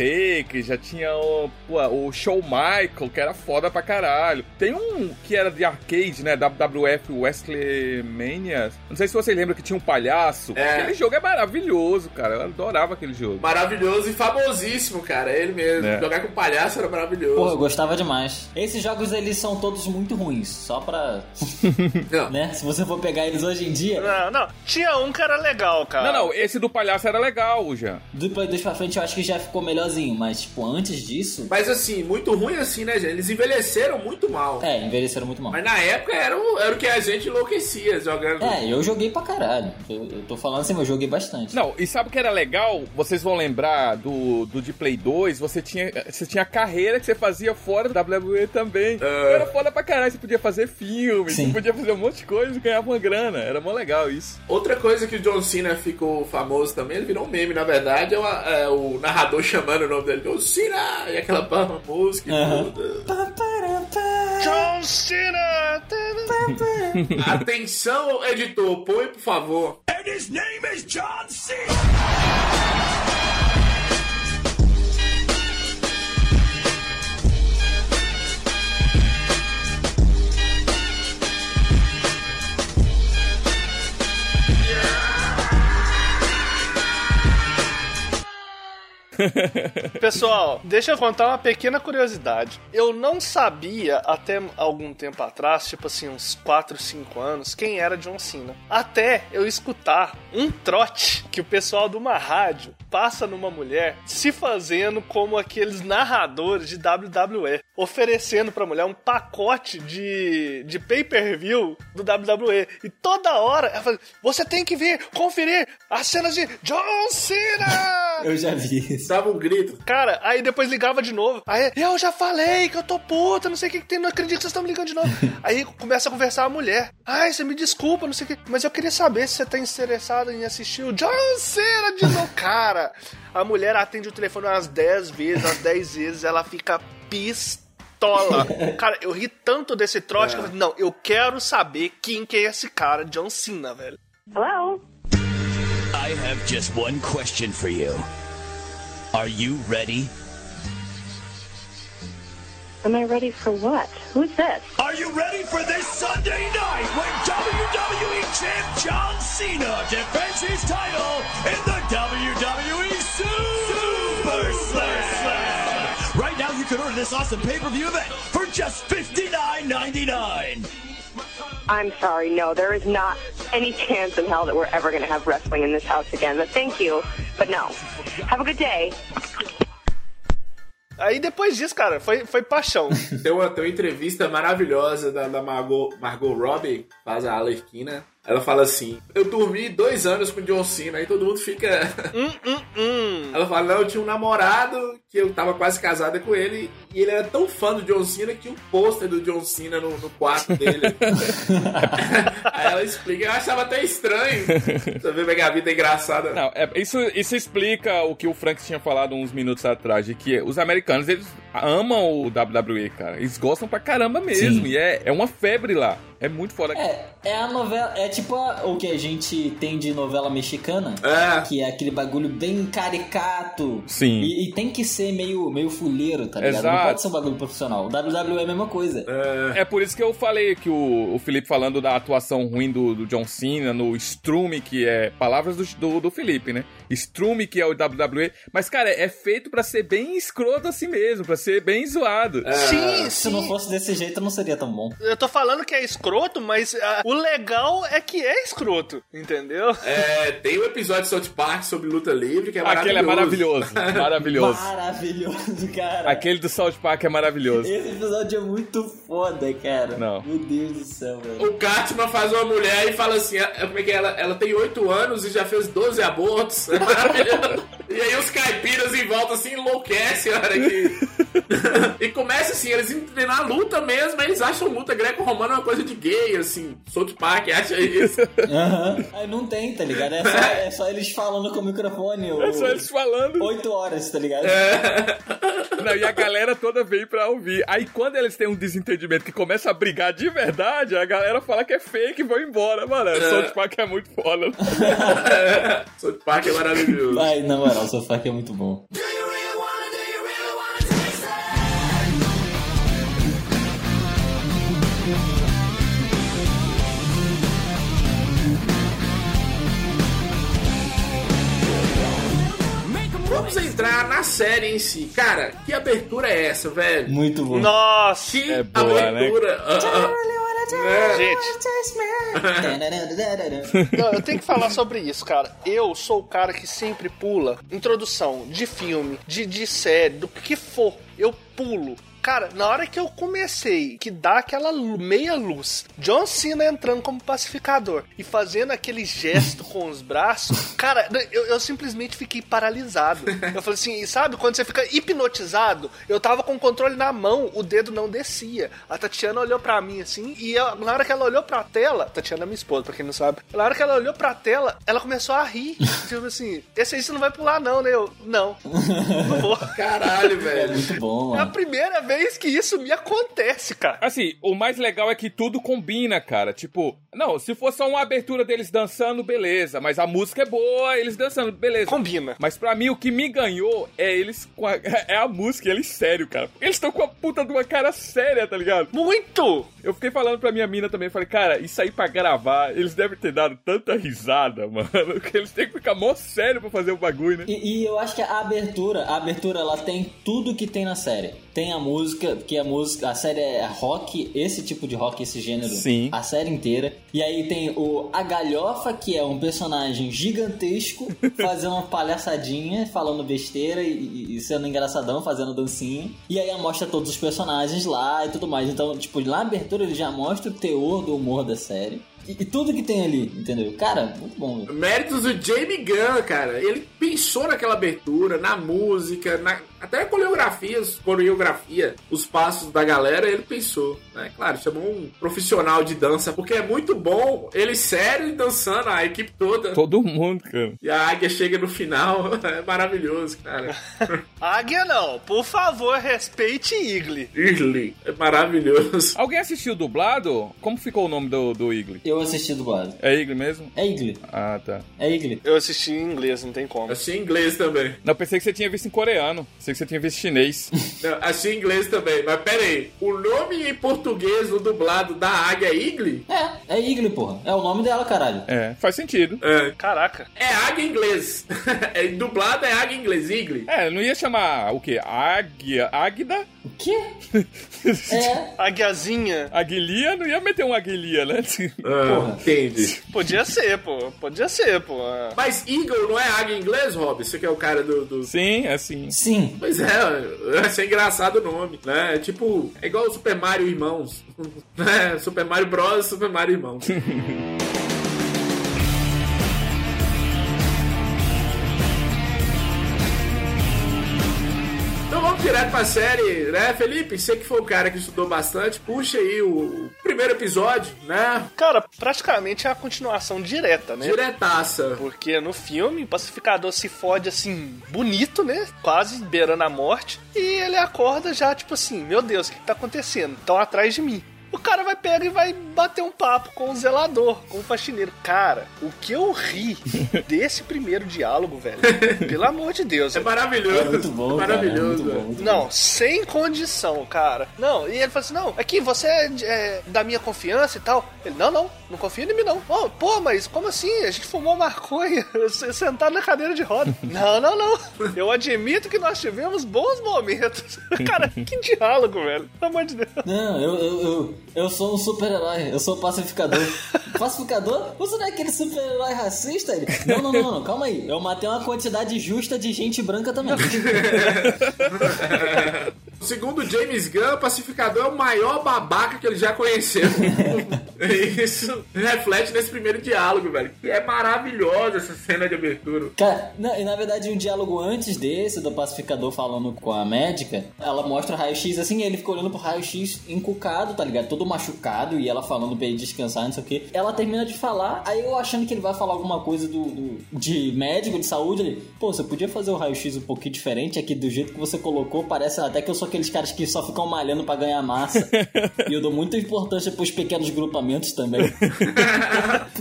já tinha o, pô, o Show Michael, que era foda pra caralho. Tem um que era de arcade, né? WWF Wrestlemania. Não sei se você lembra que tinha um palhaço. É. Aquele jogo é maravilhoso, cara. Eu adorava aquele jogo. Maravilhoso e famosíssimo, cara. Ele mesmo. É. Jogar com palhaço era maravilhoso. Porra, eu gostava demais. Esses jogos eles são todos muito ruins, só pra. Não. né? Se você for pegar eles hoje em dia, Não, não. Tinha um que era legal, cara. Não, não, esse do palhaço era legal, já. do Play 2 pra frente eu acho que já ficou melhorzinho, mas tipo, antes disso. Mas assim, muito ruim assim, né, gente? Eles envelheceram muito mal. É, envelheceram muito mal. Mas na época era o, era o que a gente enlouquecia jogando. É, eu joguei pra caralho. Eu, eu tô falando assim, mas eu joguei bastante. Não, e sabe o que era legal? Vocês vão lembrar do, do de Play 2, você tinha, você tinha a carreira que você fazia fora da WWE também. Então Era foda pra caralho, você podia fazer filme, Sim. você podia fazer um monte de coisa e ganhava uma grana. Era mó legal isso. Outra coisa que o John Cena ficou famoso também, ele virou um meme, na verdade, é, uma- é o narrador chamando o nome dele, John Cena! E aquela barra música e Aham. tudo. John Cena! Atenção, editor, põe, por favor. Pessoal, deixa eu contar uma pequena curiosidade. Eu não sabia até algum tempo atrás, tipo assim, uns 4, 5 anos, quem era John Cena. Até eu escutar um trote que o pessoal de uma rádio passa numa mulher se fazendo como aqueles narradores de WWE, oferecendo pra mulher um pacote de, de pay-per-view do WWE. E toda hora ela fala: você tem que vir conferir as cenas de John Cena! Eu já vi isso. Dava um grito. Cara, aí depois ligava de novo. Aí, eu já falei que eu tô puta, não sei o que, que tem, não acredito que vocês estão me ligando de novo. aí começa a conversar a mulher. Ai, você me desculpa, não sei o que, mas eu queria saber se você tá interessado em assistir o John Cena de novo. Cara, a mulher atende o telefone umas 10 vezes, umas 10 vezes, ela fica pista pistola. Cara, eu ri tanto desse trote que eu falei, não, eu quero saber quem que é esse cara, John Cena, velho. Hello? I have just one question for you. Are you ready? Am I ready for what? Who's this? Are you ready for this Sunday night when WWE champ John Cena defends his title in the WWE Super Slam? Right now, you can order this awesome pay-per-view event for just $59.99. I'm sorry, no, there is not any chance in hell that we're ever going to have wrestling in this house again. But thank you, but no. Have a good day. Aí depois disso, cara, foi, foi paixão. Tem uma, tem uma entrevista maravilhosa da, da Margot, Margot Robbie, faz a Alerquina. Ela fala assim: Eu dormi dois anos com o John Cena, aí todo mundo fica. Ela fala: Não, eu tinha um namorado que eu tava quase casada com ele, e ele era tão fã do John Cena que o pôster do John Cena no, no quarto dele. aí ela explica: Eu achava até estranho. Você vê como é que a vida é engraçada. Não, é, isso, isso explica o que o Frank tinha falado uns minutos atrás, de que os americanos, eles amam o WWE, cara. Eles gostam pra caramba mesmo, Sim. e é, é uma febre lá. É muito foda. É, é a novela. É tipo a- o que a gente tem de novela mexicana. É. Que é aquele bagulho bem caricato. Ah. Sim. E, e tem que ser meio, meio fuleiro, tá ligado? Não Exato. pode ser um bagulho profissional. O WWE é a mesma coisa. É por isso que eu falei que o, o Felipe falando da atuação ruim do, do John Cena no Strume, que é palavras do, do, do Felipe, né? Strume, que é o WWE. Mas, cara, é feito pra ser bem escroto assim mesmo, pra ser bem zoado. Sim, Se não fosse desse jeito, não seria tão bom. Eu tô falando que é escroto, mas ah, o legal é que é escroto, entendeu? É, tem um episódio de South Park sobre luta livre que é Aquele é maravilhoso. maravilhoso. Maravilhoso. Maravilhoso, cara. Aquele do South Park é maravilhoso. Esse episódio é muito foda, cara. Não. Meu Deus do céu, velho. O Cartman faz uma mulher e fala assim: ah, como é que é? Ela, ela tem 8 anos e já fez 12 abortos. É maravilhoso. e aí os caipiras em volta assim enlouquecem a hora que. e começa assim: eles entram na luta mesmo, aí eles acham luta greco-romana uma coisa de gay, assim. South Park acha isso. Aham. Aí não tem, tá ligado? É só, é só eles falando com o microfone. É só eles É. falando. Oito horas, tá ligado? Não, e a galera toda veio pra ouvir. Aí quando eles têm um desentendimento que começa a brigar de verdade, a galera fala que é fake e vai embora, mano. É. South Park é muito foda. South Park é maravilhoso. Ai, na moral, o sofá que é muito bom. Vamos entrar na série em si. Cara, que abertura é essa, velho? Muito bom. Nossa! Que É boa, né? abertura! Ah, É. ah. Não, eu tenho que falar sobre isso, cara. Eu sou o cara que sempre pula introdução de filme, de, de série, do que for. Eu pulo. Cara, na hora que eu comecei, que dá aquela lu- meia luz, John Cena entrando como pacificador e fazendo aquele gesto com os braços, cara, eu, eu simplesmente fiquei paralisado. Eu falei assim, sabe, quando você fica hipnotizado, eu tava com o controle na mão, o dedo não descia. A Tatiana olhou pra mim assim, e eu- na hora que ela olhou pra tela, Tatiana é minha esposa, pra quem não sabe, na hora que ela olhou pra tela, ela começou a rir. Tipo assim, esse aí você não vai pular, não, né? Eu, não. Não vou. Caralho, É velho. muito bom, É a mano. primeira vez vez que isso me acontece, cara. Assim, o mais legal é que tudo combina, cara. Tipo, não, se for só uma abertura deles dançando, beleza. Mas a música é boa, eles dançando, beleza. Combina. Mas pra mim, o que me ganhou é eles com a, é a música, eles sério, cara. Eles estão com a puta de uma cara séria, tá ligado? Muito! Eu fiquei falando pra minha mina também, falei, cara, isso aí pra gravar, eles devem ter dado tanta risada, mano, que eles têm que ficar mó sério pra fazer o bagulho, né? E, e eu acho que a abertura, a abertura, ela tem tudo que tem na série. Tem a música, que a música, a série é rock, esse tipo de rock, esse gênero, Sim. a série inteira. E aí tem o a galhofa, que é um personagem gigantesco, fazendo uma palhaçadinha, falando besteira e- e, e sendo engraçadão, fazendo dancinha. E aí mostra todos os personagens lá e tudo mais. Então, tipo, lá na abertura ele já mostra o teor do humor da série. E, e tudo que tem ali, entendeu? Cara, muito bom. velho. Méritos do Jamie Gunn, cara. Ele pensou naquela abertura, na música, na- até a coreografia, as- coreografia, os passos da galera, ele pensou, né? Claro, chamou um profissional de dança, porque é muito bom ele sério e dançando, a equipe toda. Todo mundo, cara. E a águia chega no final, é maravilhoso, cara. Águia não, por favor, respeite Igli. Irley, é maravilhoso. Alguém assistiu dublado? Como ficou o nome do, do Igli? Eu assisti dublado. É Igli mesmo? É Igli. Ah, tá. É Igli. Eu assisti em inglês, não tem como. Achei em inglês também. Não, pensei que você tinha visto em coreano. Pensei que você tinha visto em chinês. Não, achei em inglês também, mas pera aí. O nome em português do dublado da águia é Igli? É, é Igli, porra. É o nome dela, caralho. É, faz sentido. É. Caraca. É águia em inglês. é, dublado é águia em inglês, Igli. É, não ia chamar o quê? Águia? Águida? O quê? é. Aguiazinha. Aguilia? Não ia meter um aguilia, né? Ah, entendi. Podia ser, pô. Podia ser, pô. Ah. Mas Eagle não é águia em inglês, Rob? Você que é o cara do. do- Sim, é sim. Sim. Pois é, eu achei engraçado o nome, né? É tipo, é igual o Super Mario Irmãos. né? Super Mario Bros. e Super Mario Irmãos. Então vamos direto pra série, né, Felipe? Você que foi o cara que estudou bastante, puxa aí o o primeiro episódio, né? Cara, praticamente é a continuação direta, né? Diretaça. Porque no filme, o pacificador se fode assim, bonito, né? Quase beirando a morte. E ele acorda já, tipo assim: Meu Deus, o que que tá acontecendo? Estão atrás de mim. O cara vai pegar e vai bater um papo com o zelador, com o faxineiro. Cara, o que eu ri desse primeiro diálogo, velho? Pelo amor de Deus. É velho. maravilhoso. É muito bom, cara. maravilhoso. É muito bom, muito bom. Não, sem condição, cara. Não, e ele falou assim: não, aqui você é, é, da minha confiança e tal. Ele, não, não, não confia em mim, não. Oh, pô, mas como assim? A gente fumou maconha se- sentado na cadeira de roda. não, não, não. Eu admito que nós tivemos bons momentos. cara, que diálogo, velho. Pelo amor de Deus. Não, eu, eu, eu, eu sou um super-herói, eu sou pacificador. pacificador? Você não é aquele super-herói racista? Ele, Não, não, não, não, calma aí. Eu matei uma quantidade justa de gente branca também. Segundo James Gunn, o pacificador é o maior babaca que ele já conheceu. Isso reflete nesse primeiro diálogo, velho. Que é maravilhosa essa cena de abertura. Cara, não, e na verdade, um diálogo antes desse, do pacificador falando com a médica, ela mostra o raio-x assim, e ele fica olhando pro raio-x encucado, tá ligado? Todo machucado, e ela falando pra ele descansar, não sei o quê. Ela termina de falar, aí eu achando que ele vai falar alguma coisa do, do- de médico, de saúde, ele, pô, você podia fazer o raio-x um pouquinho diferente aqui, do jeito que você colocou, parece até que eu sou aqueles caras que só ficam malhando pra ganhar massa. e eu dou muita importância pros pequenos grupamentos também.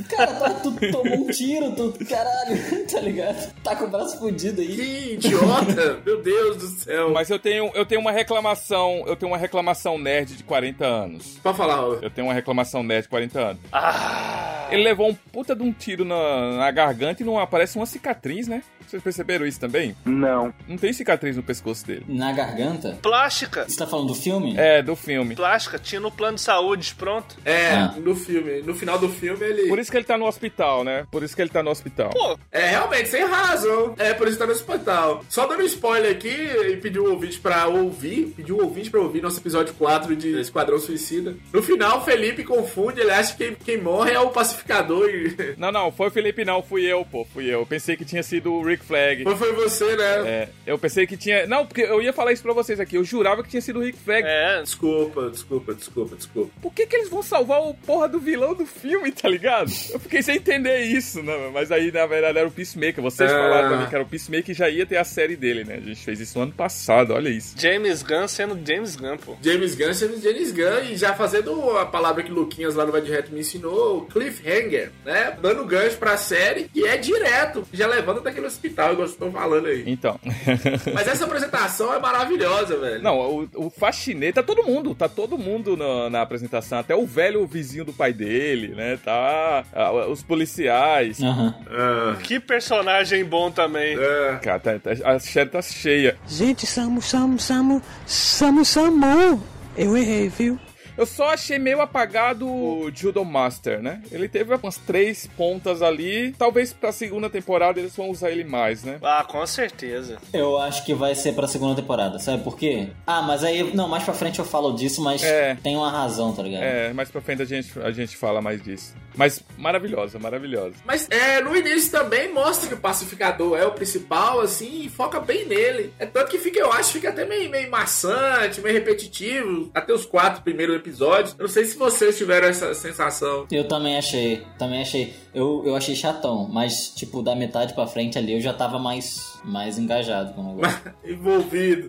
Cara, tu, tu tomou um tiro, tu, caralho, tá ligado? Tá com o braço fudido aí. Que idiota! Meu Deus do céu. Mas eu tenho, eu tenho uma reclamação, eu tenho uma reclamação nerd de 40 anos. Pode falar, Robert. Eu tenho uma reclamação nerd de 40 anos. Ele levou um puta de um tiro na, na garganta e não aparece uma cicatriz, né? Vocês perceberam isso também? Não. Não tem cicatriz no pescoço dele. Na garganta? Plástica. Você tá falando do filme? É, do filme. Plástica, tinha no plano de saúde, pronto. É, Ah. no filme, no final do filme ele. Por isso que ele tá no hospital, né? Por isso que ele tá no hospital. Pô, É, realmente, sem razão. É, por isso tá no hospital. Só dando um spoiler aqui e pedir um ouvinte pra ouvir. Pedir um ouvinte pra ouvir nosso episódio 4 de Esquadrão Suicida. No final, Felipe confunde, ele acha que quem morre é o pacificador e. Não, não, foi o Felipe não, fui eu, pô, fui eu. Eu Pensei que tinha sido o Rick Flag. Mas foi você, né? É, eu pensei que tinha. Não, porque eu ia falar isso pra vocês aqui. Eu jurava que tinha sido o Rick Flag. É, desculpa, desculpa, desculpa, desculpa. Por que, que eles vão salvar o porra do vilão do filme, tá ligado? Eu fiquei sem entender isso, né? Mas aí, na verdade, era o Peacemaker. Vocês É. falaram pra mim que era o Peacemaker e já ia ter a série dele, né? A gente fez isso no ano passado, olha isso. James Gunn sendo James Gunn, pô. James Gunn sendo James Gunn e já fazendo a palavra que Luquinhas lá no Vai de Reto me ensinou, o cliffhanger, né? Dando gancho pra série e é direto, já levando daquele hospital, igual vocês estão falando aí. Então. Mas essa apresentação é maravilhosa, velho. Não, o, o Faxinê, tá todo mundo, tá todo mundo na, na apresentação, até o velho vizinho do pai dele, né? Tá. ah, os policiais. Que personagem bom também. Cara, tá- tá- a série tá cheia. Gente, Samu, Samu, Samu, Samu, Samu. Eu errei, viu? Eu só achei meio apagado o Judo Master, né? Ele teve umas três pontas ali. Talvez pra segunda temporada eles vão usar ele mais, né? Ah, com certeza. Eu acho que vai ser pra segunda temporada, sabe por quê? Ah, mas aí, não, mais pra frente eu falo disso, mas tem uma razão, tá ligado? É, mais pra frente a gente, a gente fala mais disso. Mas maravilhosa, maravilhosa. Mas é, no início também mostra que o pacificador é o principal, assim, e foca bem nele. É tanto que fica, eu acho, fica até meio, meio maçante, meio repetitivo, até os quatro primeiros episódios. Eu não sei se vocês tiveram essa sensação. Eu também achei, também achei. Eu, eu achei chatão, mas, tipo, da metade pra frente ali eu já tava mais, mais engajado com o negócio. Envolvido.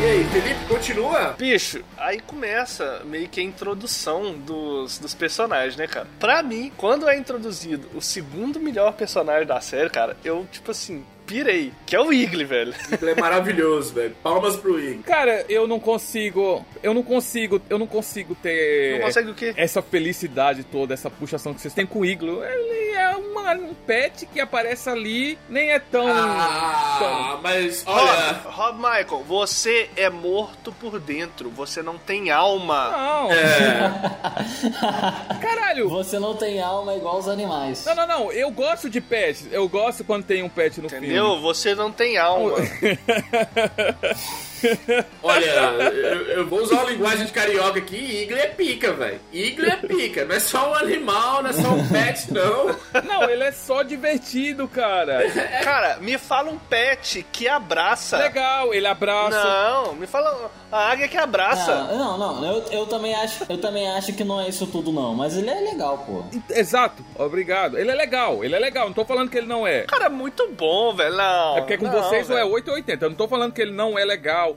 E aí, Felipe, continua? Bicho, aí começa meio que a introdução dos, dos personagens, né, cara? Pra mim, quando é introduzido o segundo melhor personagem da série, cara, eu, tipo assim, pirei. Que é o Igli, velho. Ele é maravilhoso, velho. Palmas pro Igli. Cara, eu não consigo. Eu não consigo. Eu não consigo ter. Não consegue o quê? Essa felicidade toda, essa puxação que vocês têm com o Iglo. Ele é uma- um pet que aparece ali, nem é tão. Ah, mas olha. Rob, Rob Michael, você é morto por dentro. Você não tem alma. Não. É. Caralho! Você não tem alma igual os animais. Não, não, não. Eu gosto de pets. Eu gosto quando tem um pet no Entendeu? filme. Você não tem alma. Olha, eu, eu vou usar uma linguagem de carioca aqui. Igli é pica, velho. Igli é pica. Não é só um animal, não é só um pet, não. Não, ele é só divertido, cara. Cara, me fala um pet que abraça. é. Legal, ele abraça. Não, me fala a águia que abraça. Ah, não, não, eu, eu também acho, eu também acho que não é isso tudo não, mas ele é legal, pô. Exato, obrigado. Ele é legal, ele é legal. Não tô falando que ele não é. Cara, muito bom, velho. Não. É porque com não, vocês ou é velho. 8 ou 80. Eu não tô falando que ele não é legal.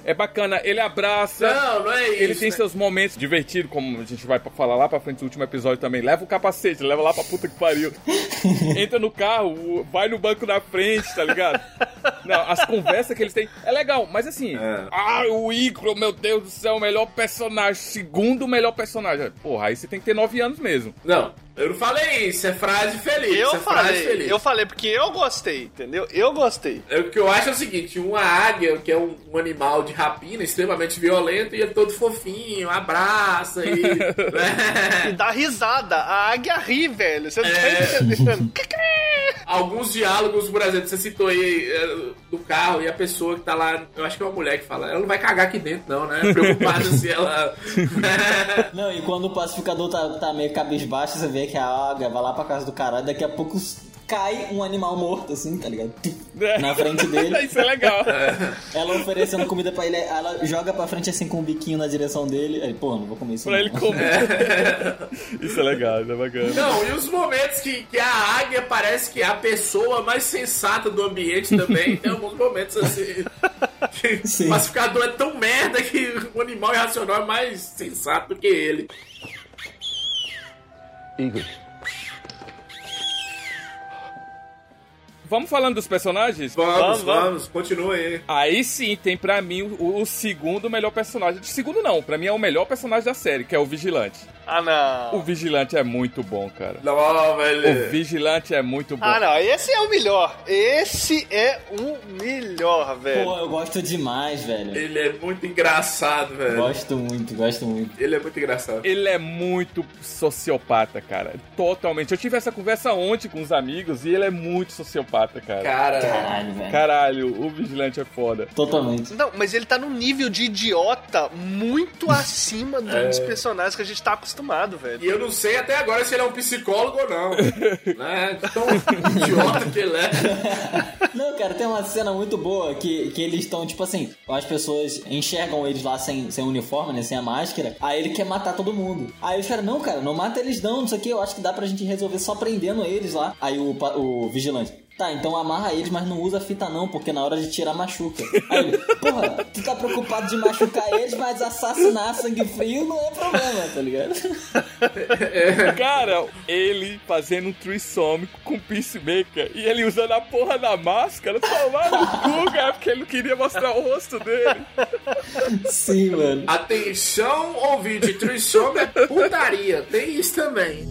É bacana, ele abraça. Não, não é isso, Ele tem né? seus momentos divertidos, como a gente vai pra- falar lá pra frente do último episódio também. Leva o capacete, leva lá pra puta que pariu. Entra no carro, vai no banco da frente, tá ligado? Não, as conversas que eles têm é legal, mas assim. É. Ah, o Igor, meu Deus do céu, o melhor personagem, segundo melhor personagem. Porra, aí você tem que ter 9 anos mesmo. Não, eu não falei isso. É frase feliz. Eu isso é frase falei, feliz. eu falei porque eu gostei, entendeu? Eu gostei. É, O que eu acho é o seguinte: uma águia, que é um, um animal de rapina extremamente violento, e é todo fofinho, abraça e. né? É. E dá risada. A águia ri, velho. Você não tá entendendo. Alguns diálogos, por exemplo, você citou aí é, do carro e a pessoa que tá lá, eu acho que é uma mulher que fala, ela não vai cagar aqui dentro, não, né? Preocupada se ela. Não, e quando o pacificador tá, tá meio cabisbaixo, você vê que a águia vai lá pra casa do caralho, daqui a pouco cai um animal morto, assim, tá ligado? Tum, Na frente dele. Isso é legal. Ela oferecendo comida pra ele, ela joga pra frente assim com o biquinho na direção dele. Aí, pô, não vou comer isso. Pra não. ele comer. Isso é legal, isso é bacana. Não, e os momentos que, que a águia parece que é a pessoa mais sensata do ambiente também, tem alguns momentos assim. que O pacificador é tão merda que o animal irracional é mais sensato do que ele. Igor. Vamos falando dos personagens? Vamos, vamos, continua aí. Aí sim, tem pra mim o, o segundo melhor personagem. Segundo não, pra mim é o melhor personagem da série, que é o Vigilante. Ah, não. O Vigilante é muito bom, cara. Não, velho. O Vigilante é muito bom. Ah, não. Esse é o melhor. Esse é o melhor, velho. Pô, eu gosto demais, velho. Ele é muito engraçado, velho. Gosto muito, gosto muito. Ele é muito engraçado. Ele é muito sociopata, cara. Totalmente. Eu tive essa conversa ontem com os amigos e ele é muito psicopata, cara. Cara. Caralho, velho. Caralho, o vigilante é foda. Totalmente. Não, mas ele tá num nível de idiota muito acima um dos É. personagens que a gente tá acostumado, velho. E eu não sei até agora se ele é um psicólogo ou não. né? Tão idiota que ele é. Não, cara, tem uma cena muito boa que, que eles estão, tipo assim, as pessoas enxergam eles lá sem, sem uniforme, né? Sem a máscara. Aí ele quer matar todo mundo. Aí os caras, não, cara, não mata eles não, não sei o que. Eu acho que dá pra gente resolver só prendendo eles lá. Aí o, pa- o vigilante. Tá, então amarra eles, mas não usa fita não, porque na hora de tirar machuca. Aí ele, porra, tu tá preocupado de machucar eles, mas assassinar a sangue frio não é problema, tá ligado? Cara, ele fazendo um trissômico com Peacemaker e ele usando a porra da máscara, tomar no cu, cara, porque ele não queria mostrar o rosto dele. Sim, mano. Atenção, ouvinte, trissome é putaria. Tem isso também.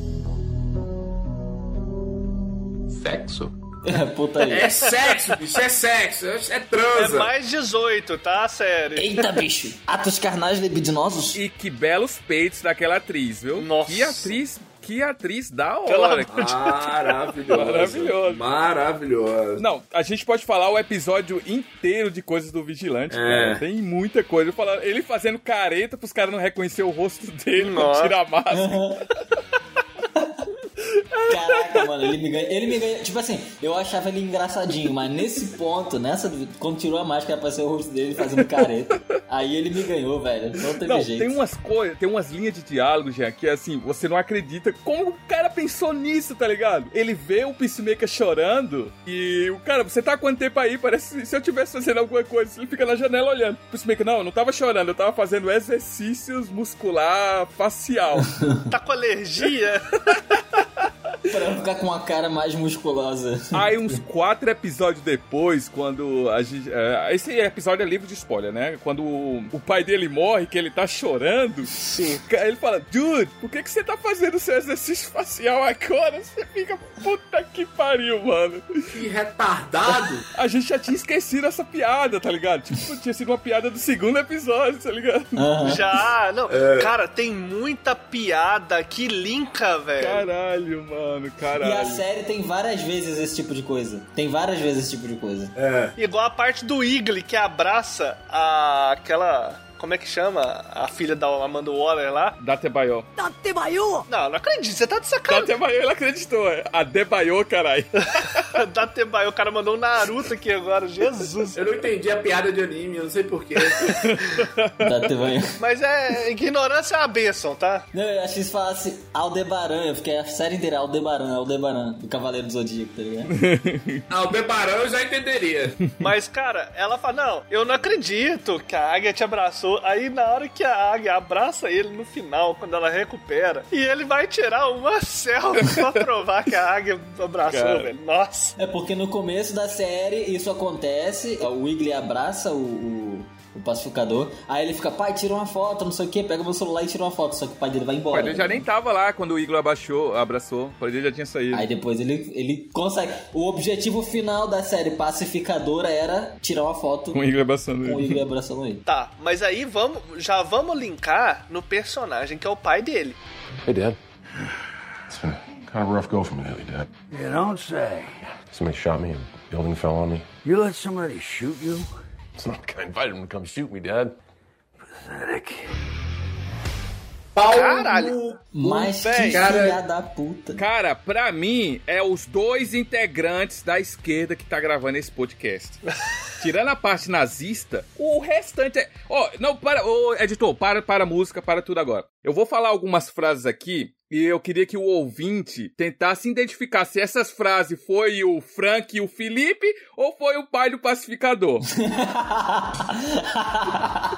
Sexo. É, puta aí. É sexo, bicho, é sexo, é É transa. mais 18, tá? Sério. Eita, bicho. Atos carnais libidinosos. E que belos peitos daquela atriz, viu? Nossa. Que atriz, que atriz da Pelo hora. amor de Maravilhoso. Maravilhoso. Maravilhoso. Não, a gente pode falar o episódio inteiro de coisas do Vigilante, É. cara. Tem muita coisa. Eu falo, ele fazendo careta pros caras não reconhecer o rosto dele Nossa. quando tira a máscara. Caraca, mano, ele me ganha. Ele me ganha. Tipo assim, eu achava ele engraçadinho, mas nesse ponto, nessa. Quando tirou a máscara, apareceu o rosto dele fazendo careta. Aí ele me ganhou, velho. Não teve Não, jeito. tem umas coisas, tem umas linhas de diálogo, Jean, que assim, você não acredita como o cara pensou nisso, tá ligado? Ele vê o Peacemaker chorando e o cara, você tá há quanto tempo aí? Parece que se eu tivesse fazendo alguma coisa, ele fica na janela olhando. O Peacemaker, não, eu não tava chorando, eu tava fazendo exercícios muscular facial. Tá com alergia? Pra ficar com uma cara mais musculosa. Aí uns quatro episódios depois, quando a gente. é, esse episódio é livre de spoiler, né? Quando o, o pai dele morre, que ele tá chorando. Sim. Ele fala, dude, por que, que você tá fazendo seu exercício facial agora? Você fica puta que pariu, mano. Que retardado. A gente já tinha esquecido essa piada, tá ligado? Tipo, tinha sido uma piada do segundo episódio, tá ligado? Ah. Já, não. É. Cara, tem muita piada que linka, velho. Caralho, mano, E a caralho. série tem várias vezes esse tipo de coisa. Tem várias vezes esse tipo de coisa. É. Igual a parte do Igli que abraça a aquela. Como é que chama? A filha da Amanda Waller lá? Da Tebaió. Não, não acredito, você tá de Da sacanagem. Tebaió, ele acreditou. é. A Debaió, caralho. Da Tebai, o cara mandou um Naruto aqui agora, Jesus. Eu não entendi a piada de anime, eu não sei porquê. Tá, teve- Mas é. Ignorância é uma bênção, tá? Não, eu achei que se falasse Aldebaran. Eu fiquei a série inteira Aldebaran, Aldebaran, do Cavaleiro do Zodíaco, tá ligado? Ah, o Bebarão eu já entenderia. Mas, cara, ela fala: Não, eu não acredito que a águia te abraçou. Aí, na hora que a águia abraça ele no final, quando ela recupera, e ele vai tirar uma selfie pra provar que a águia abraçou, Cara. velho. Nossa. É porque no começo da série isso acontece, o Wiggly abraça o, o, o pacificador, aí ele fica, pai, tira uma foto, não sei o que, pega meu celular e tira uma foto, só que o pai dele vai O embora. pai dele já nem tava lá quando o Igor abaixou, abraçou. O pai dele já tinha saído. Aí depois ele, ele consegue. O objetivo final da série pacificadora era tirar uma foto Com o com Igor abraçando o ele. Wiggly abraçando ele. Tá, mas aí vamos, já vamos linkar no personagem que é o pai dele. Hey, Dad. It's been a kind of rough go for me lately, Dad. You don't say. Somebody shot me, a building fell on me. You let somebody shoot you? It's not like I invited him to come shoot me, Dad. Pathetic. Pau Caralho. no cu, Mas que véi. filha Cara, da puta. Cara, pra mim, é os dois integrantes da esquerda que tá gravando esse podcast. Tirando a parte nazista, o restante é. Ó, não, para. Ô, editor, para, para a música, para tudo agora. Eu vou falar algumas frases aqui e eu queria que o ouvinte tentasse identificar se essas frases foi o Frank e o Felipe ou foi o pai do pacificador.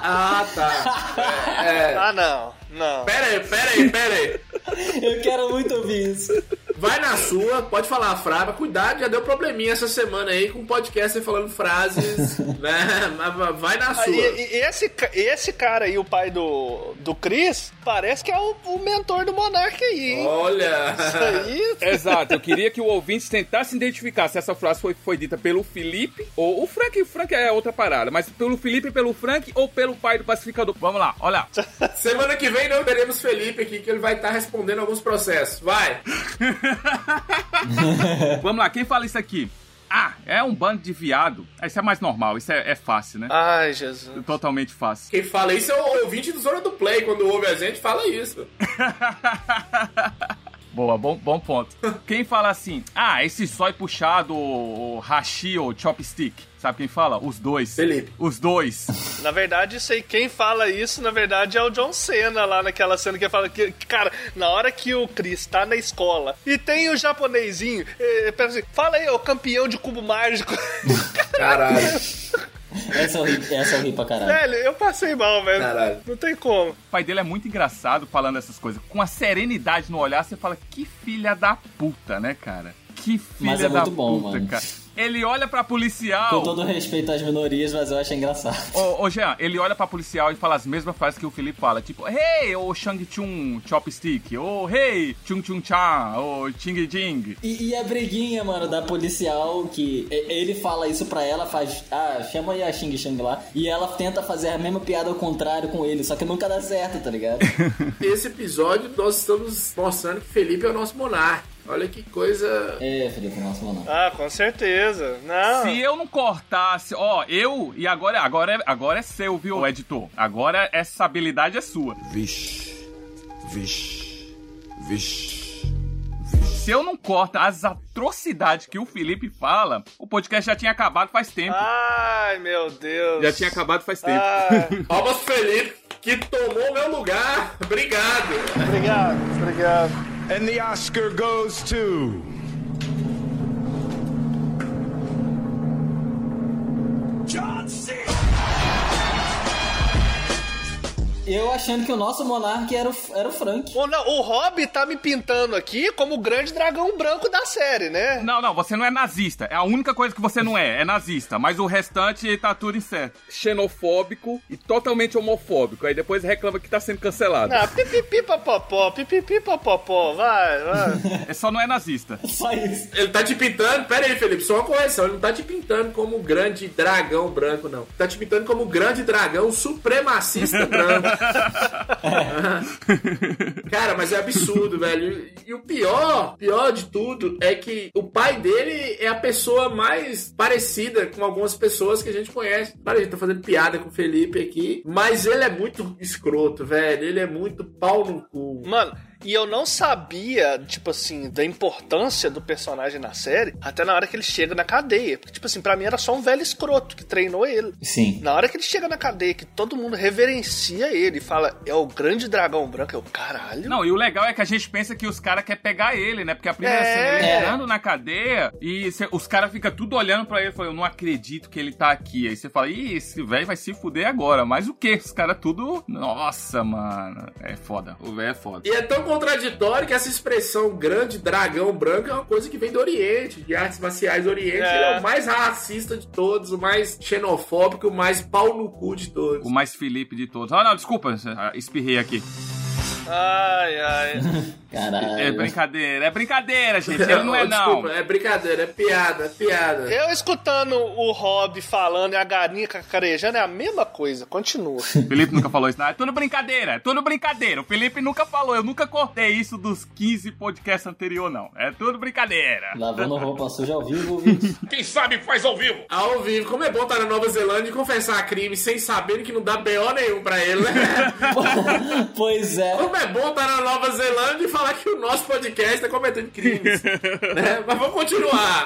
Ah, tá. É, é. Ah, não, não. Pera aí, pera aí, pera aí. Eu quero muito ouvir isso. Vai na sua, pode falar a frase, mas cuidado, já deu probleminha essa semana aí com o podcast aí falando frases, né? Mas va- Vai na Aí, sua. e- e esse, ca- esse cara aí, o pai do, do Chris, parece que é o, o mentor do Monark aí, hein? Olha! Isso aí. Exato, eu queria que o ouvinte tentasse identificar se essa frase foi, foi dita pelo Felipe ou o Frank. O Frank é outra parada, mas pelo Felipe, pelo Frank ou pelo pai do pacificador. Vamos lá, olha lá. Semana que vem não teremos Felipe aqui, que ele vai estar respondendo alguns processos. Vai! Vamos lá, quem fala isso aqui? Ah, é um bando de viado. Ah, Isso é mais normal, isso é, é fácil, né? Ai, Jesus. Totalmente fácil. Quem fala isso é o ouvinte do Zona do Play. Quando ouve a gente, fala isso. Boa, bom, bom ponto. Quem fala assim, ah, esse zóio puxado, o hashi ou chopstick, sabe quem fala? Os dois. Felipe. Os dois. Na verdade, sei quem fala isso, na verdade, é o John Cena lá naquela cena que ele fala que, cara, na hora que o Chris tá na escola e tem o japonesinho, eh, pera assim, fala aí, ô campeão de cubo mágico. Caralho. Essa eu ri, essa eu ri pra caralho. Velho, eu passei mal, velho. Caralho. Não tem como. O pai dele é muito engraçado falando essas coisas. Com a serenidade no olhar, você fala, que filha da puta, né, cara? Que filha Mas é da muito bom, puta, mano. cara. Ele olha pra policial. Com todo respeito às minorias, mas eu acho engraçado. Ô, ô Jean, ele olha pra policial e fala as mesmas frases que o Felipe fala. Tipo, hey, ô Shang Chun Chopstick. Ô, hey, Chung Chung Chan. Ô, Ching Jing. E, e a briguinha, mano, da policial que e- ele fala isso pra ela, faz. Ah, chama aí a Xing Xing lá. E ela tenta fazer a mesma piada ao contrário com ele, só que nunca dá certo, tá ligado? Nesse episódio, nós estamos mostrando que Felipe é o nosso monarca. Olha que coisa. É, Felipe, nosso monarca. Ah, com certeza. Não. Se eu não cortasse, ó, eu e agora, agora, é- agora é seu, viu, editor? Agora essa habilidade é sua. Vixe, vixe, vixe. Se eu não corta as atrocidades que o Felipe fala, o podcast já tinha acabado faz tempo. Ai, meu Deus. já tinha acabado faz tempo. Ah. Palmas pro Felipe, que tomou o meu lugar. Obrigado. Obrigado, obrigado. And the Oscar goes to. John Cena! Eu achando que o nosso monarca era o, era o Frank. Bom, não, o Rob tá me pintando aqui como o grande dragão branco da série, né? Não, não, você não é nazista. É a única coisa que você não é, é nazista. Mas o restante tá tudo incerto. Xenofóbico e totalmente homofóbico. Aí depois reclama que tá sendo cancelado. Ah, pipipi papapó, pipipi papapó, vai, vai. É só não é nazista. Só isso. Ele tá te pintando. Pera aí, Felipe, só uma correção. Ele não tá te pintando como o grande dragão branco, não. Tá te pintando como o grande dragão supremacista branco. Cara, mas é absurdo, velho. E e o pior, pior de tudo, é que o pai dele é a pessoa mais parecida com algumas pessoas que a gente conhece. Para, a gente tá fazendo piada com o Felipe aqui, mas ele é muito escroto, velho. Ele é muito pau no cu. Mano, e eu não sabia, tipo assim, da importância do personagem na série, até na hora que ele chega na cadeia. Porque, tipo assim, pra mim era só um velho escroto que treinou ele. Sim. Na hora que ele chega na cadeia, que todo mundo reverencia ele e fala, é o grande dragão branco, eu, caralho. Não, e o legal é que a gente pensa que os caras querem pegar ele, né? Porque a primeira É. cena ele entrando na cadeia e cê- os caras ficam tudo olhando pra ele e falam, eu não acredito que ele tá aqui. Aí você fala, ih, esse velho vai se fuder agora. Mas o quê? Os caras tudo. Nossa, mano. É foda. O velho é foda. E é tão contraditório que essa expressão grande dragão branco é uma coisa que vem do Oriente, de artes marciais do Oriente. É. Ele é o mais racista de todos, o mais xenofóbico, o mais pau no cu de todos. O mais Felipe de todos. Ah, não, desculpa, ah, espirrei aqui. Ai, ai. Caralho. É brincadeira, é brincadeira, gente. Ele não é, não. Desculpa, é brincadeira, é piada, é piada. Eu escutando o Rob falando e a galinha cacarejando é a mesma coisa, continua. Felipe nunca falou isso, não. É tudo brincadeira, é tudo brincadeira. O Felipe nunca falou, eu nunca cortei isso dos 15 podcasts anteriores, não. É tudo brincadeira. Lavando roupa suja ao vivo, ouvinte. Quem sabe faz ao vivo. Ao vivo. Como é bom estar na Nova Zelândia e confessar crime sem saber que não dá BO nenhum pra ele, né? pois é. Como é bom estar na Nova Zelândia e falar que o nosso podcast tá cometendo crimes. né? Mas vamos continuar.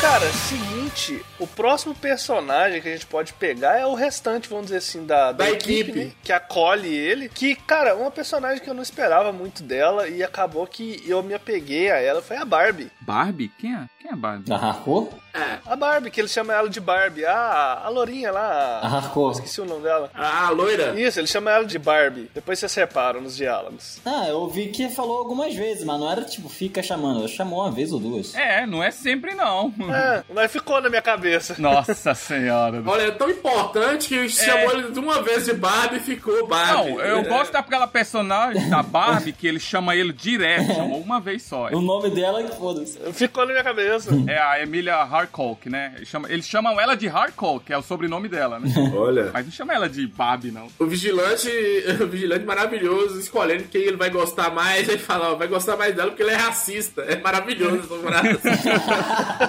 Cara, seguinte, o próximo personagem que a gente pode pegar é o restante, vamos dizer assim, da, Da equipe. né? que acolhe ele. Que, cara, uma personagem que eu não esperava muito dela e acabou que eu me apeguei a ela foi a Barbie. Barbie? Quem é? Quem é Barbie? Arracou? A Barbie, que ele chama ela de Barbie. Ah, a lourinha lá. Arracou. Esqueci o nome dela. Ah, loira. Isso, ele chama ela de Barbie. Depois vocês separam nos diálogos. Ah, eu ouvi que falou algumas vezes, mas não era tipo, fica chamando. Eu chamou uma vez ou duas. É, não é sempre, não. É, mas ficou na minha cabeça. Nossa senhora. Olha, é tão importante que chamou ele de uma vez de Barbie e ficou Barbie. É. Não, eu É. gosto daquela personagem da Barbie que ele chama ele direto, chamou uma vez só. O nome dela é que foda-se. Ficou na minha cabeça. mesmo. É a Emilia Harcock, né? Eles chamam, eles chamam ela de Harcock, que é o sobrenome dela, né? Olha. Mas não chama ela de Babi, não. O vigilante, o vigilante maravilhoso, escolhendo quem ele vai gostar mais, ele fala, ó, vai gostar mais dela porque ele é racista. É maravilhoso essa namorada.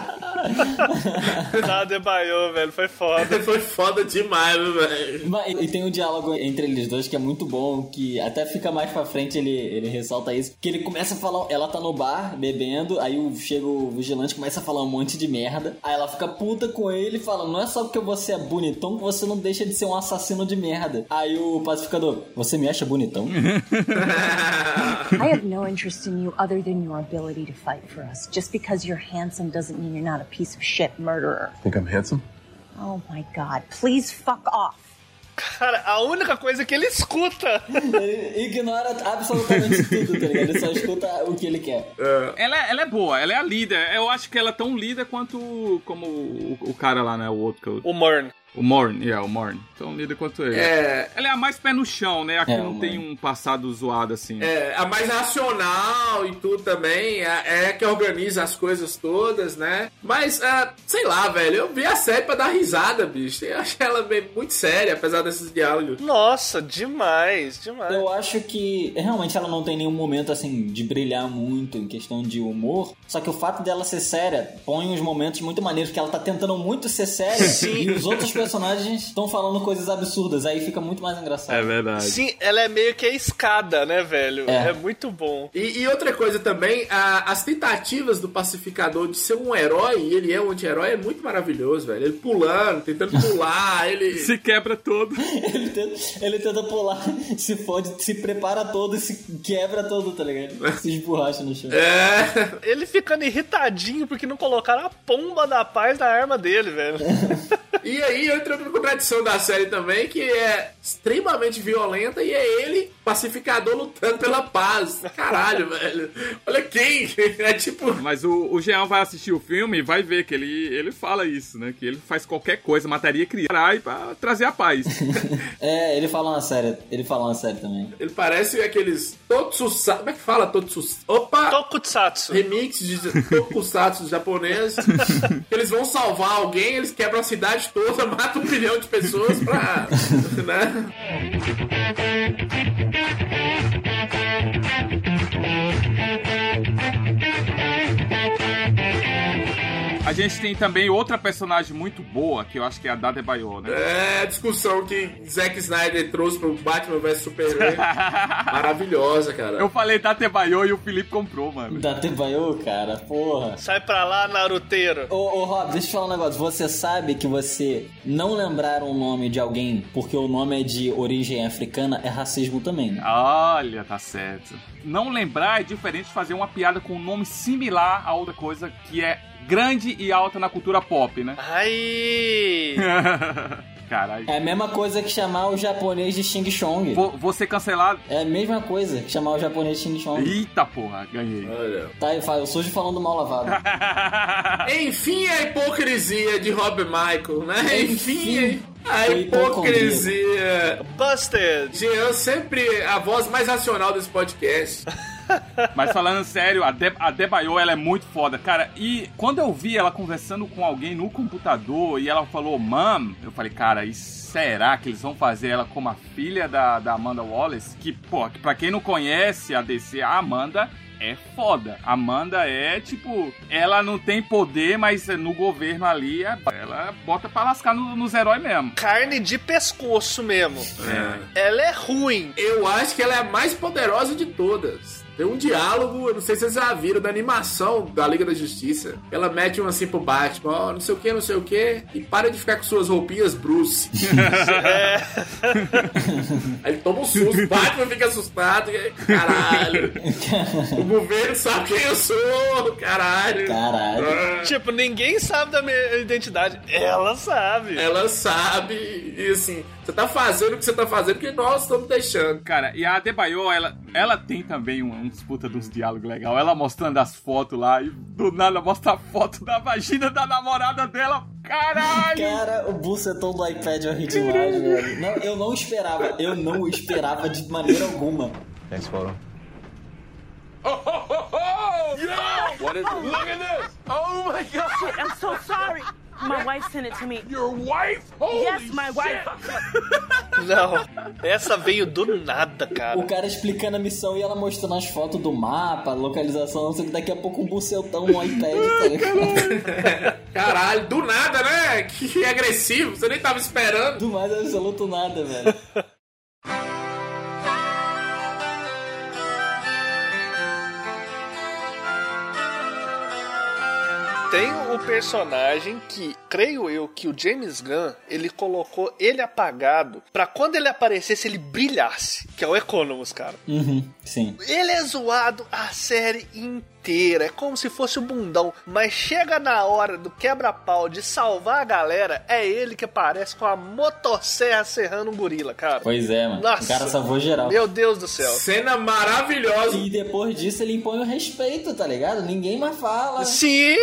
Nada baiou, é velho. Foi foda. Foi foda demais, viu, velho. Mas- E tem um diálogo entre eles dois que é muito bom, que até fica mais pra frente, ele, ele ressalta isso. Que ele começa a falar, ela tá no bar bebendo, aí o- chega o vigilante começa a falar um monte de merda. Aí ela fica puta com ele e fala: Não é só porque você é bonitão que você não deixa de ser um assassino de merda. Aí o pacificador, você me acha bonitão? I have no interest in you other than your ability to fight for us. Just because you're handsome doesn't mean you're not a piece of shit murderer. Think I'm handsome? Oh my god, please fuck off. Cara, a única coisa que ele escuta. ele ignora absolutamente tudo, tá ligado? Ele só escuta o que ele quer. Ela, ela é boa, ela é a líder. Eu acho que ela é tão líder quanto como o, o cara lá, né? O outro que eu... O Morn. O Morn, é, o Morn. Tão líder quanto ele. É. Ela é a mais pé no chão, né? A que É, não o tem um passado zoado assim. É, a mais racional e tudo também, é, é que organiza as coisas todas, né? Mas, ah, sei lá, velho, eu vi a série pra dar risada, bicho. Eu achei ela bem- muito séria, apesar desses diálogos. Nossa, demais, demais. Eu acho que realmente ela não tem nenhum momento assim de brilhar muito em questão de humor. Só que o fato dela ser séria põe uns momentos muito maneiros que ela tá tentando muito ser séria assim, e os outros personagens estão falando coisas absurdas. Aí fica muito mais engraçado. É verdade. Sim, ela é meio que a escada, né, velho? É. É, muito bom. E, e outra coisa também, a- as tentativas do pacificador de ser um herói, e ele é um anti-herói, é muito maravilhoso, velho. Ele pulando, tentando pular, ele. Se quebra todo. Ele tenta, ele tenta pular, se fode, se prepara todo e se quebra todo, tá ligado? Se esborracha no É. chão. Ele ficando irritadinho porque não colocaram a pomba da paz na arma dele, velho. E aí entra outra contradição da série também, que é extremamente violenta e é ele, pacificador, lutando pela paz. Caralho, velho. Olha quem. É tipo. Mas o, o Jean vai assistir o filme e vai ver que ele, ele fala isso, né? Que ele faz qualquer coisa, mataria criança pra trazer a paz. É, ele fala uma série, ele fala uma série também. Ele parece aqueles Totsusatsu. Como é que fala Totsusatsu? Opa! Tokusatsu. Remix de Tokusatsu japonês. eles vão salvar alguém, eles quebram a cidade toda, matam um milhão de pessoas pra. né? A gente tem também outra personagem muito boa, que eu acho que é a Dada Bayo, né? É a discussão que Zack Snyder trouxe pro Batman vs Superman. Maravilhosa, cara. Eu falei Date Bayo e o Felipe comprou, mano. Date Bayo, cara, porra. Sai pra lá, Naruteiro. Ô, ô Rob, deixa eu te falar um negócio. Você sabe que você não lembrar o nome de alguém porque o nome é de origem africana é racismo também, né? Olha, tá certo. Não lembrar é diferente de fazer uma piada com um nome similar a outra coisa que é grande e alta na cultura pop, né? Ai! Caralho. É a mesma coisa que chamar o japonês de Xing Chong. Você cancelado? É a mesma coisa que chamar o japonês de Xing Chong. Eita porra, ganhei. Olha. Tá, eu falo, eu sujo falando mal lavado. Enfim, a hipocrisia de Rob Michael, né? Enfim, Enfim, a foi hipocrisia. Busted! Jean, sempre a voz mais racional desse podcast. Mas falando sério, a, De a Debayo, ela é muito foda, cara. E quando eu vi ela conversando com alguém no computador e ela falou, mam, eu falei, cara, e será que eles vão fazer ela como a filha da, da Amanda Wallace? Que, pô, que pra quem não conhece a DC, a Amanda é foda. A Amanda é, tipo, ela não tem poder, mas no governo ali, é- ela bota pra lascar no- nos heróis mesmo. Carne de pescoço mesmo. É. Ela é ruim. Eu acho que ela é a mais poderosa de todas. Tem um diálogo, eu não sei se vocês já viram, da animação da Liga da Justiça. Ela mete um assim pro Batman, ó, não sei o que, não sei o que, e para de ficar com suas roupinhas, Bruce. É. Aí ele toma um susto, o Batman fica assustado, e aí, caralho. o governo sabe quem eu sou, caralho. Caralho. Tipo, ninguém sabe da minha identidade. Ela sabe. Ela sabe, e assim, você tá fazendo o que você tá fazendo porque nós estamos deixando. Cara, e a Adebayo, ela, ela tem também um, um disputa dos diálogos legal. Ela mostrando as fotos lá e do nada mostra a foto da vagina da namorada dela. Caralho! Cara, o bucetão do iPad é horrível demais, velho. Não, eu não esperava, eu não esperava de maneira alguma. Thanks, photo. Oh, oh, oh, oh! Yeah! What is it? Look at this! Oh my god! Shit, I'm so sorry. My wife sent it to me. Your wife? Oh! Holy yes, my wife. Não, essa veio do nada, cara. O cara explicando a missão e ela mostrando as fotos do mapa, localização, não sei o que. Daqui a pouco um bucetão, um iPad, tá ligado? Caralho, do nada, né? Que agressivo, você nem tava esperando. Do mais absoluto nada, velho. Tem o personagem que, creio eu, que o James Gunn, ele colocou ele apagado pra quando ele aparecesse, ele brilhasse, que é o Economus, cara. Uhum, sim. Ele é zoado a série inteira, é como se fosse o bundão, mas chega na hora do quebra-pau de salvar a galera, é ele que aparece com a motosserra serrando um gorila, cara. Pois é, mano. Nossa. O cara salvou geral. Meu Deus do céu. Cena maravilhosa. E depois disso ele impõe o respeito, tá ligado? Ninguém mais fala. Sim!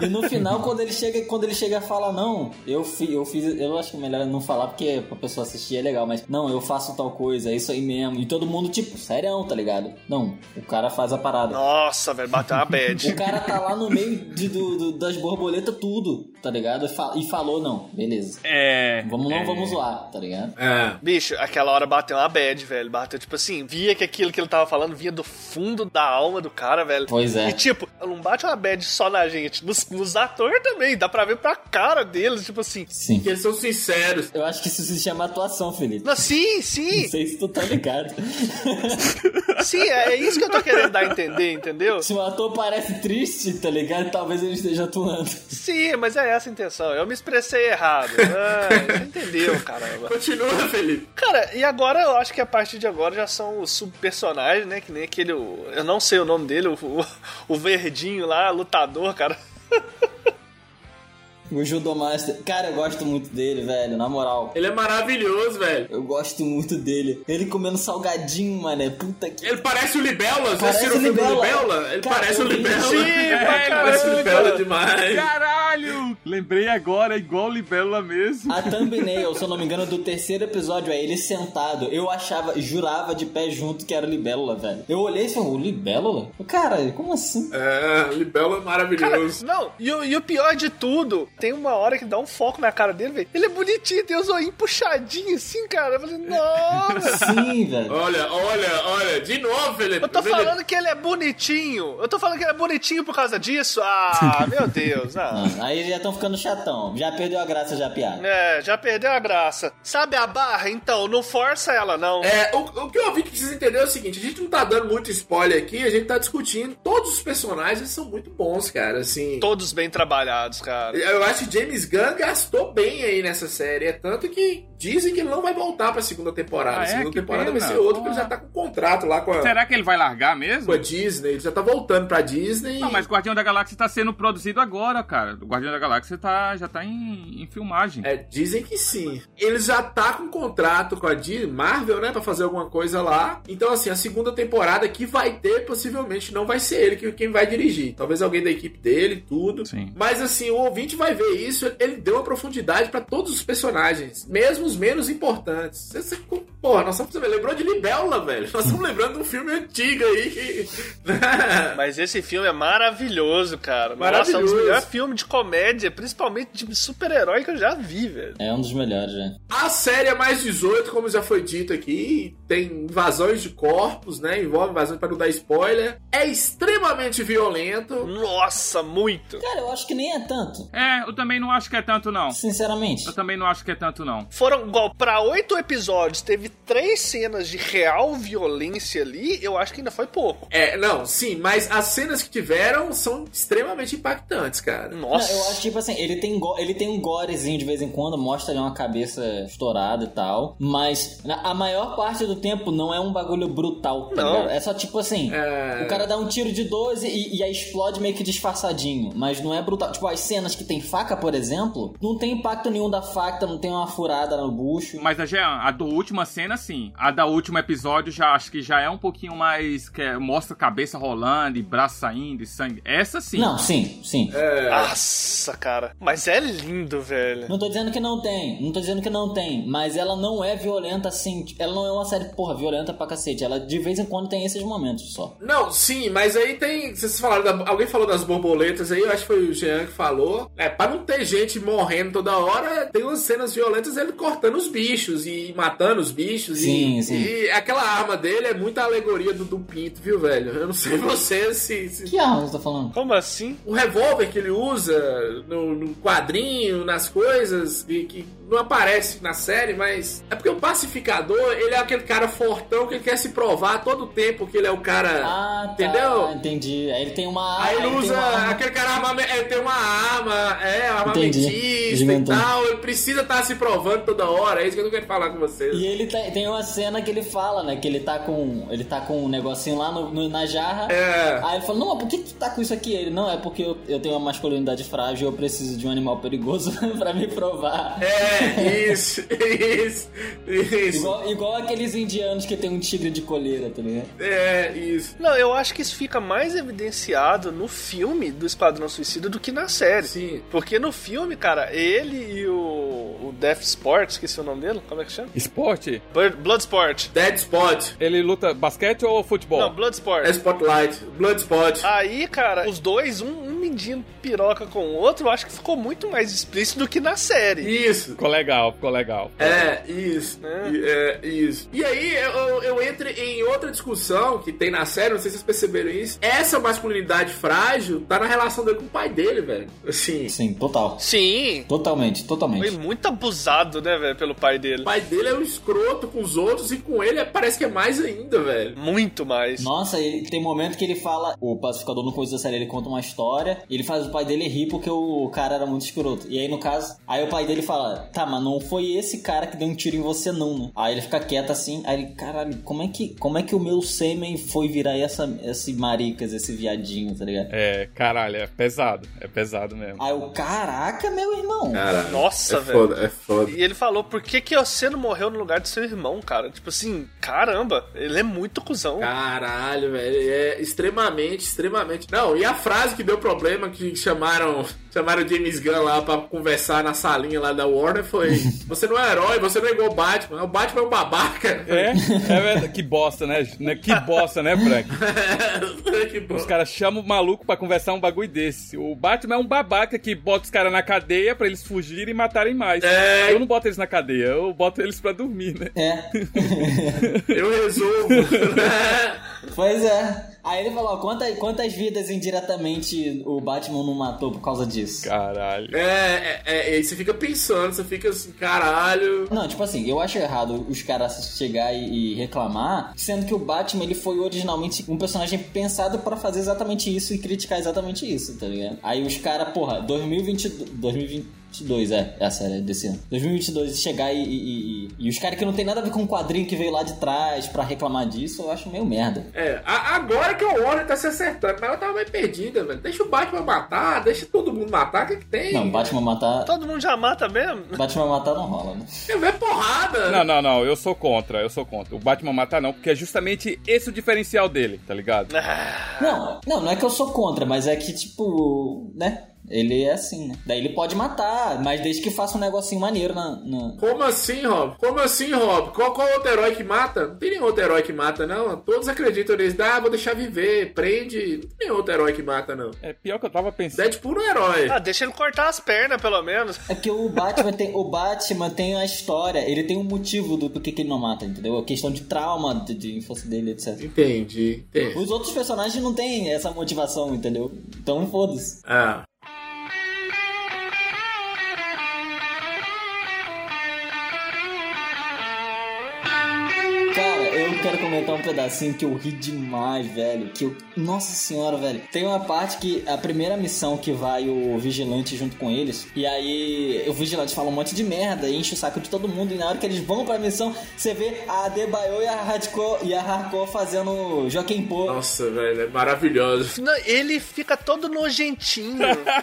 E no final, quando ele chega, quando ele chega e fala, não, eu, fi, eu fiz. Eu acho que é melhor não falar, porque pra pessoa assistir é legal, mas não, eu faço tal coisa, é isso aí mesmo. E todo mundo, tipo, sério, tá ligado? Não, o cara faz a parada. Nossa, velho, bateu uma bad. O cara tá lá no meio de- do- do- das borboletas, tudo, tá ligado? E, fa- e falou, não, beleza. É. Vamos não, é. vamos zoar, tá ligado? Bicho, aquela hora bateu uma bad, velho. Bateu, tipo assim, via que aquilo que ele tava falando vinha do fundo da alma do cara, velho. Pois é. E tipo, não bate uma bad só na gente, nos, nos atores também. Dá pra ver pra cara deles, tipo assim. Sim. Eles são sinceros. Eu acho que isso se chama atuação, Felipe. Não, sim, sim. Não sei se tu tá ligado. Sim, é isso que eu tô querendo dar a entender, entendeu? Se o ator parece triste, tá ligado? Talvez ele esteja atuando. Sim, mas é essa a intenção. Eu me expressei errado. Ah, você entendeu, caramba. Continua, Felipe. Cara, e agora eu acho que a partir de agora já são os subpersonagens, né? Que nem aquele. o- Eu não sei o nome dele, o, o, o verdinho lá, lutador, cara. O Judomaster. Cara, eu gosto muito dele, velho, na moral. Ele é maravilhoso, velho. Eu gosto muito dele. Ele comendo salgadinho, mané. Puta que. Ele parece o Libela, vocês Parece assistiram o filme do Libela. Libela? Ele Cara, parece o eu vi Libela. É, isso. Sim, ele parece o Libela demais. Caralho! Lembrei agora, é igual o Libélula mesmo. A thumbnail, se eu não me engano, do terceiro episódio é ele sentado. Eu achava, jurava de pé junto que era o Libélula, velho. Eu olhei e falei, o Libélula? Cara, como assim? É, o Libela é Cara, maravilhoso. não, e o, e o pior de tudo, tem uma hora que dá um foco na cara dele, velho. Ele é bonitinho, tem o zoinho puxadinho assim, cara. Eu falei, nossa. Sim, velho. Olha, olha, olha, de novo, Felipe. Eu tô Felipe. falando que ele é bonitinho. Eu tô falando que ele é bonitinho por causa disso. Ah, meu Deus. Ah. Ah, Aí já estão ficando chatão. Já perdeu a graça já a piada. É, já perdeu a graça. Sabe a barra? Então, não força ela, não. É, o, o que eu vi que precisa entender é o seguinte: a gente não tá dando muito spoiler aqui, a gente tá discutindo. Todos os personagens são muito bons, cara, assim. Todos bem trabalhados, cara. Eu acho que James Gunn gastou bem aí nessa série. É tanto que dizem que ele não vai voltar pra segunda temporada. Ah, a é? segunda Que temporada vai pena. ser outra, porque ele já tá com contrato lá com a, Será que ele vai largar mesmo? com a Disney. Ele já tá voltando pra Disney. Não, mas Guardião da Galáxia tá sendo produzido agora, cara. O Guardião da Galáxia tá, já tá em, em filmagem. É, dizem que sim. Ele já tá com contrato com a Disney, Marvel, né, pra fazer alguma coisa lá. Então, assim, a segunda temporada que vai ter, possivelmente não vai ser ele que quem vai dirigir. Talvez alguém da equipe dele, tudo. Sim. Mas, assim, o ouvinte vai ver isso. Ele deu uma profundidade pra todos os personagens, mesmo os menos importantes. Essa, porra, nós estamos lembrou de Libélula, velho. Nós estamos lembrando de um filme antigo aí. que- Mas esse filme é maravilhoso, cara. Nossa, é um Maravilhoso. dos melhores filmes de comédia, principalmente de super-herói que eu já vi, velho. É um dos melhores, né? A série é mais 18, como já foi dito aqui, tem invasões de corpos, né? Envolve invasões para não dar spoiler. É extremamente Hum. violento. Nossa, muito. Cara, eu acho que nem é tanto. É, eu também não acho que é tanto, não. Sinceramente. Eu também não acho que é tanto, não. Foram, igual, pra oito episódios, teve três cenas de real violência ali, eu acho que ainda foi pouco. É, não, sim, mas as cenas que tiveram são extremamente impactantes, cara. Nossa. Não, eu acho que, tipo assim, ele tem, go- ele tem um gorezinho de vez em quando, mostra ali uma cabeça estourada e tal. Mas na- a maior parte do tempo não é um bagulho brutal, tá Não. ligado? É só tipo assim, É. o cara dá um tiro de 12 e, e aí explode meio que disfarçadinho. Mas não é brutal. Tipo, as cenas que tem faca, por exemplo, não tem impacto nenhum da faca, não tem uma furada no bucho. Mas a Jean, a da última cena, sim. A da último episódio, já acho que já é um pouquinho mais. Que é- mostra cabeça rolando e braço saindo e sangue. Essa sim. Não, sim, sim. Nossa, cara. Mas é lindo, velho. Não tô dizendo que não tem, não tô dizendo que não tem, mas ela não é violenta assim. Ela não é uma série, porra, violenta pra cacete. Ela de vez em quando tem esses momentos só. Não, sim, mas aí tem. Vocês falaram. da- alguém falou das borboletas aí, eu acho que foi o Jean que falou. É, pra não ter gente morrendo toda hora, tem umas cenas violentas ele cortando os bichos e matando os bichos. Sim, e, sim. e aquela arma dele é muita alegoria do, do Pinto, viu, velho? Eu não sei você se. se... Que arma você tá falando? Como assim? O revólver que ele usa no, no quadrinho, nas coisas, e que não aparece na série, mas. É porque o pacificador, ele é aquele cara fortão que quer se provar a todo tempo que ele é o cara. Ah, tá, entendeu? entendi. Aí ele tem uma Aí ele tem usa uma arma- aquele cara armame- é, tem uma arma, é, Entendi. armamentista e Desmentou. tal, ele precisa estar se provando toda hora, é isso que eu não quero falar com vocês. E ele tá- tem uma cena que ele fala, né? Que ele tá com. Ele tá com um negocinho lá no- no- na jarra. É. Aí ele fala, não, mas por que tu tá com isso aqui? Ele, não, é porque eu, eu tenho uma masculinidade frágil eu preciso de um animal perigoso pra me provar. É, isso, isso, isso. Igual, igual aqueles indianos que tem um tigre de coleira, tá ligado? É, isso. Não, eu acho que isso fica mais evidenciado no filme do Esquadrão Suicida do que na série. Sim. Porque no filme, cara, ele e o, o Death Sport, esqueci o nome dele, como é que chama? Esporte? Bird- Bloodsport. Dead Spot. Ele luta basquete ou futebol? Não, Bloodsport. É Spotlight, Bloodspot. Aí, cara, os dois, um, um medindo piroca com o outro, eu acho que ficou muito mais explícito do que na série. Isso. Ficou legal, ficou legal. É, isso. E- É, isso. E aí eu, eu entro em outra discussão que tem na série, não sei se vocês perceberam isso. Essa masculinidade frágil tá na relação dele com o pai dele, velho. Assim. Sim, total. Sim. Totalmente, Foi totalmente. muito abusado, né, velho, pelo pai dele. O pai dele é um escroto com os outros e com ele é- parece que é mais ainda, velho. Muito mais. Nossa, ele, tem momento que ele fala, o pacificador no começo da série, ele conta uma história, e ele faz o pai dele rir porque o cara era muito escroto. E aí, no caso, aí o pai dele fala, tá, mas não foi esse cara que deu um tiro em você não, né? Aí ele fica quieto assim, aí ele, caralho, como é que, como é que o meu sêmen foi virar essa, esse maricas, esse viadinho, tá ligado? É, caralho, é pesado. É pesado mesmo. Aí o caraca, meu irmão. Nossa, é velho. Foda, é foda. E ele falou, por que, que você não morreu no lugar do seu irmão, cara? Tipo assim, caramba, ele é muito cuzão. Caralho, velho. É extremamente, extremamente. Não, e a frase que deu problema, que chamaram chamaram o James Gunn lá pra conversar na salinha lá da Warner foi: Você não é herói, você não é igual o Batman. O Batman é um babaca. É, é verdade. Que bosta, né? né? Que bosta, né, Frank? que bom. Os caras chamam o maluco pra conversar um bagulho desse. O Batman é um babaca que bota os caras na cadeia pra eles fugirem e matarem mais. É. Eu não boto eles na cadeia, eu boto eles pra dormir, né? É. Eu resolvo. Pois é. Aí ele falou, ó, quanta- quantas vidas indiretamente o Batman não matou por causa disso? Caralho. é, é, é, e aí você fica pensando, você fica assim, caralho. Não, tipo assim, eu acho errado os caras chegar e, e reclamar, sendo que o Batman ele foi originalmente um personagem pensado pra fazer exatamente isso e criticar exatamente isso, tá ligado? Aí os caras, porra, 2022, 2022 é, é a série desse ano. 2022 chegar e, e, e- e os caras que não tem nada a ver com o quadrinho que veio lá de trás pra reclamar disso, eu acho meio merda. É, a- agora que a Warner tá se acertando, mas ela tava meio perdida, velho. Deixa o Batman matar, deixa todo mundo matar, o que, que tem? Não, Batman matar, Todo mundo já mata mesmo? Batman matar não rola, né? É porrada. Não, não, não, eu sou contra, eu sou contra. O Batman matar não, porque é justamente esse o diferencial dele, tá ligado? É. Não, não, não é que eu sou contra, mas é que, tipo, né? Ele é assim, né? Daí ele pode matar, mas desde que faça um negocinho maneiro na. na- Como assim, Rob? Como assim, Rob? Qual, qual outro herói que mata? Não tem nenhum outro herói que mata, não. Todos acreditam nisso. Ah, vou deixar viver, prende. Não tem nenhum outro herói que mata, não. É pior que eu tava pensando. Deadpool não é herói. Ah, deixa ele cortar as pernas, pelo menos. É porque o Batman tem. O Batman tem a história, ele tem um motivo do porquê que ele não mata, entendeu? A questão de trauma, de, de infância dele, etc. Entendi, entendi. Os outros personagens não têm essa motivação, entendeu? Então foda-se. Ah. Cara, eu quero comentar um pedacinho que eu ri demais, velho. Que eu... Nossa senhora, velho. Tem uma parte que a primeira missão que vai o vigilante junto com eles. E aí o vigilante fala um monte de merda, enche o saco de todo mundo. E na hora que eles vão pra missão, você vê a Adebayo e a Hardcore, e a Hardcore fazendo Joaquim Pô. Nossa, velho, é maravilhoso. Não, Ele fica todo nojentinho.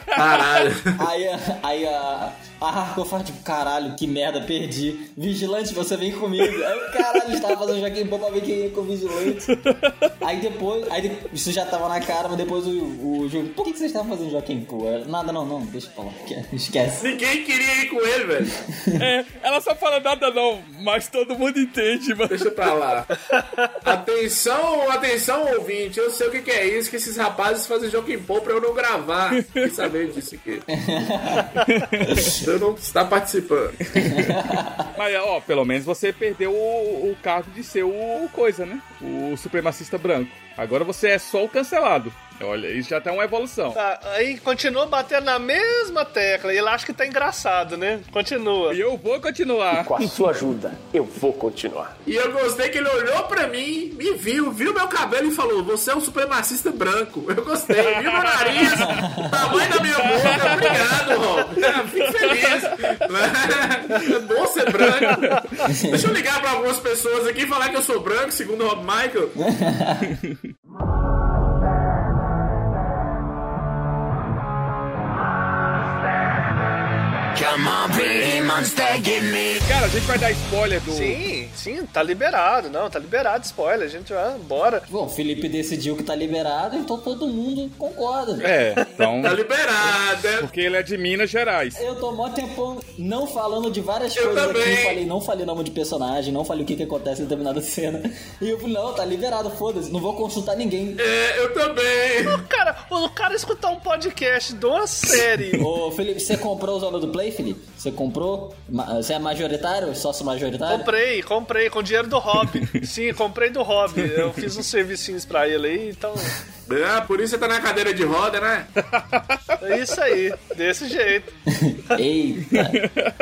Caralho. Aí, a- aí a, A Hardcore fala tipo, caralho, que merda, perdi. Vigilante, você vem comigo. Aí o caralho, estava fazendo joguinho bom pra ver quem ia com o Vigilante. Aí depois, aí de- isso já tava na cara, mas depois o, o jogo, por que, que vocês estavam fazendo Joaquim Pô? Ela, Nada, não, não, deixa pra lá, é, esquece. Ninguém queria ir com ele, velho. É, ela só fala nada não, mas todo mundo entende, mano. Deixa pra lá. Atenção, atenção, ouvinte. Eu sei o que, que é isso, que esses rapazes fazem jogo em pó pra eu não gravar. Quem saber disso aqui. eu não estar participando. Mas, ó, pelo menos você perdeu o, o cargo de ser o, o coisa, né? O supremacista branco. Agora você é só o cancelado. Olha, isso já tá uma evolução. Tá, aí continua batendo na mesma tecla e ele acha que tá engraçado, né? Continua. E eu vou continuar. com a sua ajuda, eu vou continuar. E eu gostei que ele olhou pra mim, me viu, viu meu cabelo e falou: Você é um supremacista branco. Eu gostei, viu meu nariz, tamanho da minha boca. Obrigado, Rob. Fico feliz. É bom ser branco. Deixa eu ligar pra algumas pessoas aqui e falar que eu sou branco, segundo o Rob Michael. Come on, pretty monster, give me. Cara, a gente vai dar spoiler do. Sim, sim, tá liberado, não, tá liberado spoiler, a gente ah, vai embora. Bom, o Felipe decidiu que tá liberado, então todo mundo concorda. É, então. Tá liberado, é. Porque ele é de Minas Gerais. Eu tô mó tempão não falando de várias Eu coisas aqui. também. Não falei, não falei nome de personagem, não falei o que, que acontece em determinada cena. E eu falei, não, tá liberado, foda-se, não vou consultar ninguém. É, eu também. O cara, o cara escutar um podcast de uma série. Ô, Felipe, você comprou o Zona do Play, Felipe? Você comprou? Ma- Você é majoritário? Sócio majoritário? Comprei, comprei com dinheiro do Hobby. Sim, comprei do Hobby. Eu fiz uns servicinhos pra ele aí, então. Ah, por isso você tá na cadeira de roda, né? É isso aí, desse jeito. Eita.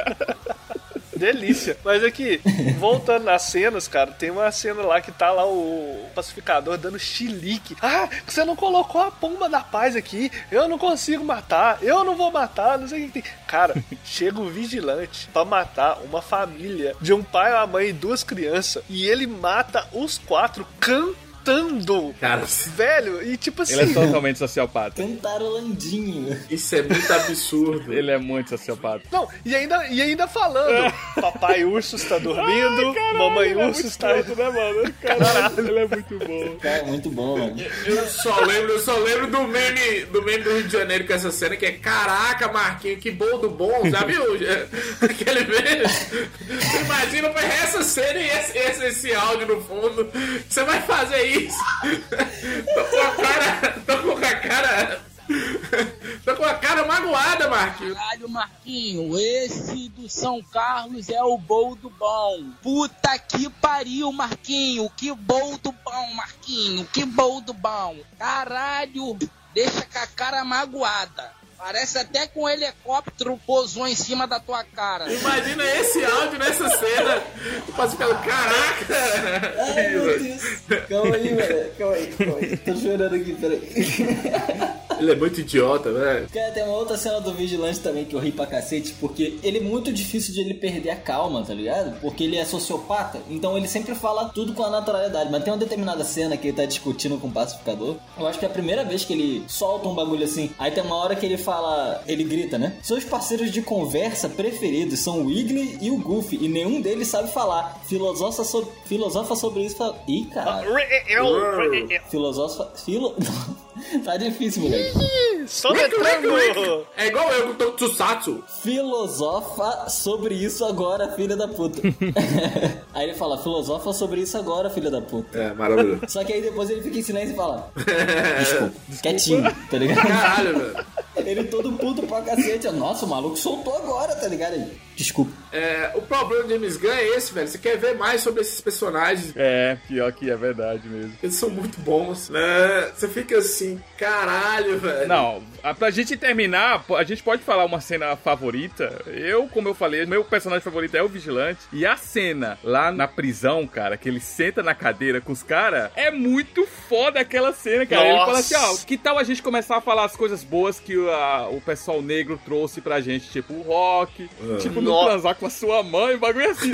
Delícia. Mas aqui, voltando nas cenas, cara, tem uma cena lá que tá lá o pacificador dando chilique. Ah, você não colocou a pomba da paz aqui. Eu não consigo matar. Eu não vou matar. Não sei o que que tem. Cara, chega o vigilante pra matar uma família de um pai, uma mãe e duas crianças. E ele mata os quatro cantando. Cara. Velho, e tipo assim. Ele é totalmente sociopata. um Cantarolandinho. Isso é muito absurdo. Ele é muito sociopata. Não, e ainda, e ainda falando, papai urso está dormindo, É. Ai, caralho, mamãe ele é urso muito está... escroto, né, mano? Caralho, ele é muito bom. Cara, muito bom, mano. Eu só lembro, eu só lembro do meme do meme do Rio de Janeiro com essa cena que é caraca, Marquinhos, que boldo bom, já viu? É, Aquele meme. Você imagina pra essa cena e esse, esse, esse áudio no fundo. Você vai fazer isso? Tô com a cara. Tô com a cara. Tô com a cara magoada, Marquinhos. Caralho, Marquinho, esse do São Carlos é o boldo bom. Puta que pariu, Marquinho. Que boldo bom, Marquinho. Que boldo bom. Caralho, deixa com a cara magoada. Parece até que um helicóptero pousou em cima da tua cara. Imagina esse áudio nessa cena. Eu posso ficar, caraca! Ai, meu Deus. Calma aí, velho. Calma aí, calma aí. Tô chorando aqui, peraí. Ele é muito idiota, velho. Cara, tem uma outra cena do Vigilante também que eu ri pra cacete, porque ele é muito difícil de ele perder a calma, tá ligado? Porque ele é sociopata, então ele sempre fala tudo com a naturalidade. Mas tem uma determinada cena que ele tá discutindo com o pacificador. Eu acho que é a primeira vez que ele solta um bagulho assim. Aí tem uma hora que ele fala, ele grita, né? Seus parceiros de conversa preferidos são o Wiggly e o Goofy, e nenhum deles sabe falar. Filosofa sobre, filosofa sobre isso. Fala... Ih, cara. é, um Filosofa. Filo... tá difícil, moleque. Só Rick, Rick, retângulo. Rick. É igual eu com o Tokusatsu. Filosofa sobre isso agora, filha da puta. aí ele fala, filosofa sobre isso agora, filha da puta. É, maravilhoso. Só que aí depois ele fica em silêncio e fala, quietinho, tá ligado? Caralho, velho. Ele todo puto pra cacete. ó, Nossa, o maluco soltou agora, tá ligado? Ele, Desculpa. É, o problema do James Gunn é esse, velho. Você quer ver mais sobre esses personagens. É, pior que é verdade mesmo. Eles são muito bons, né? Você fica assim, caralho, velho. Não, a- pra gente terminar, po- a gente pode falar uma cena favorita. Eu, como eu falei, meu personagem favorito é o Vigilante. E a cena lá na prisão, cara, que ele senta na cadeira com os caras, é muito foda aquela cena, cara. Ele Nossa. fala assim, ó, que tal a gente começar a falar as coisas boas que o- a- o pessoal negro trouxe pra gente, tipo o rock, Ah. tipo não Nossa. transar com a sua mãe, bagulho assim.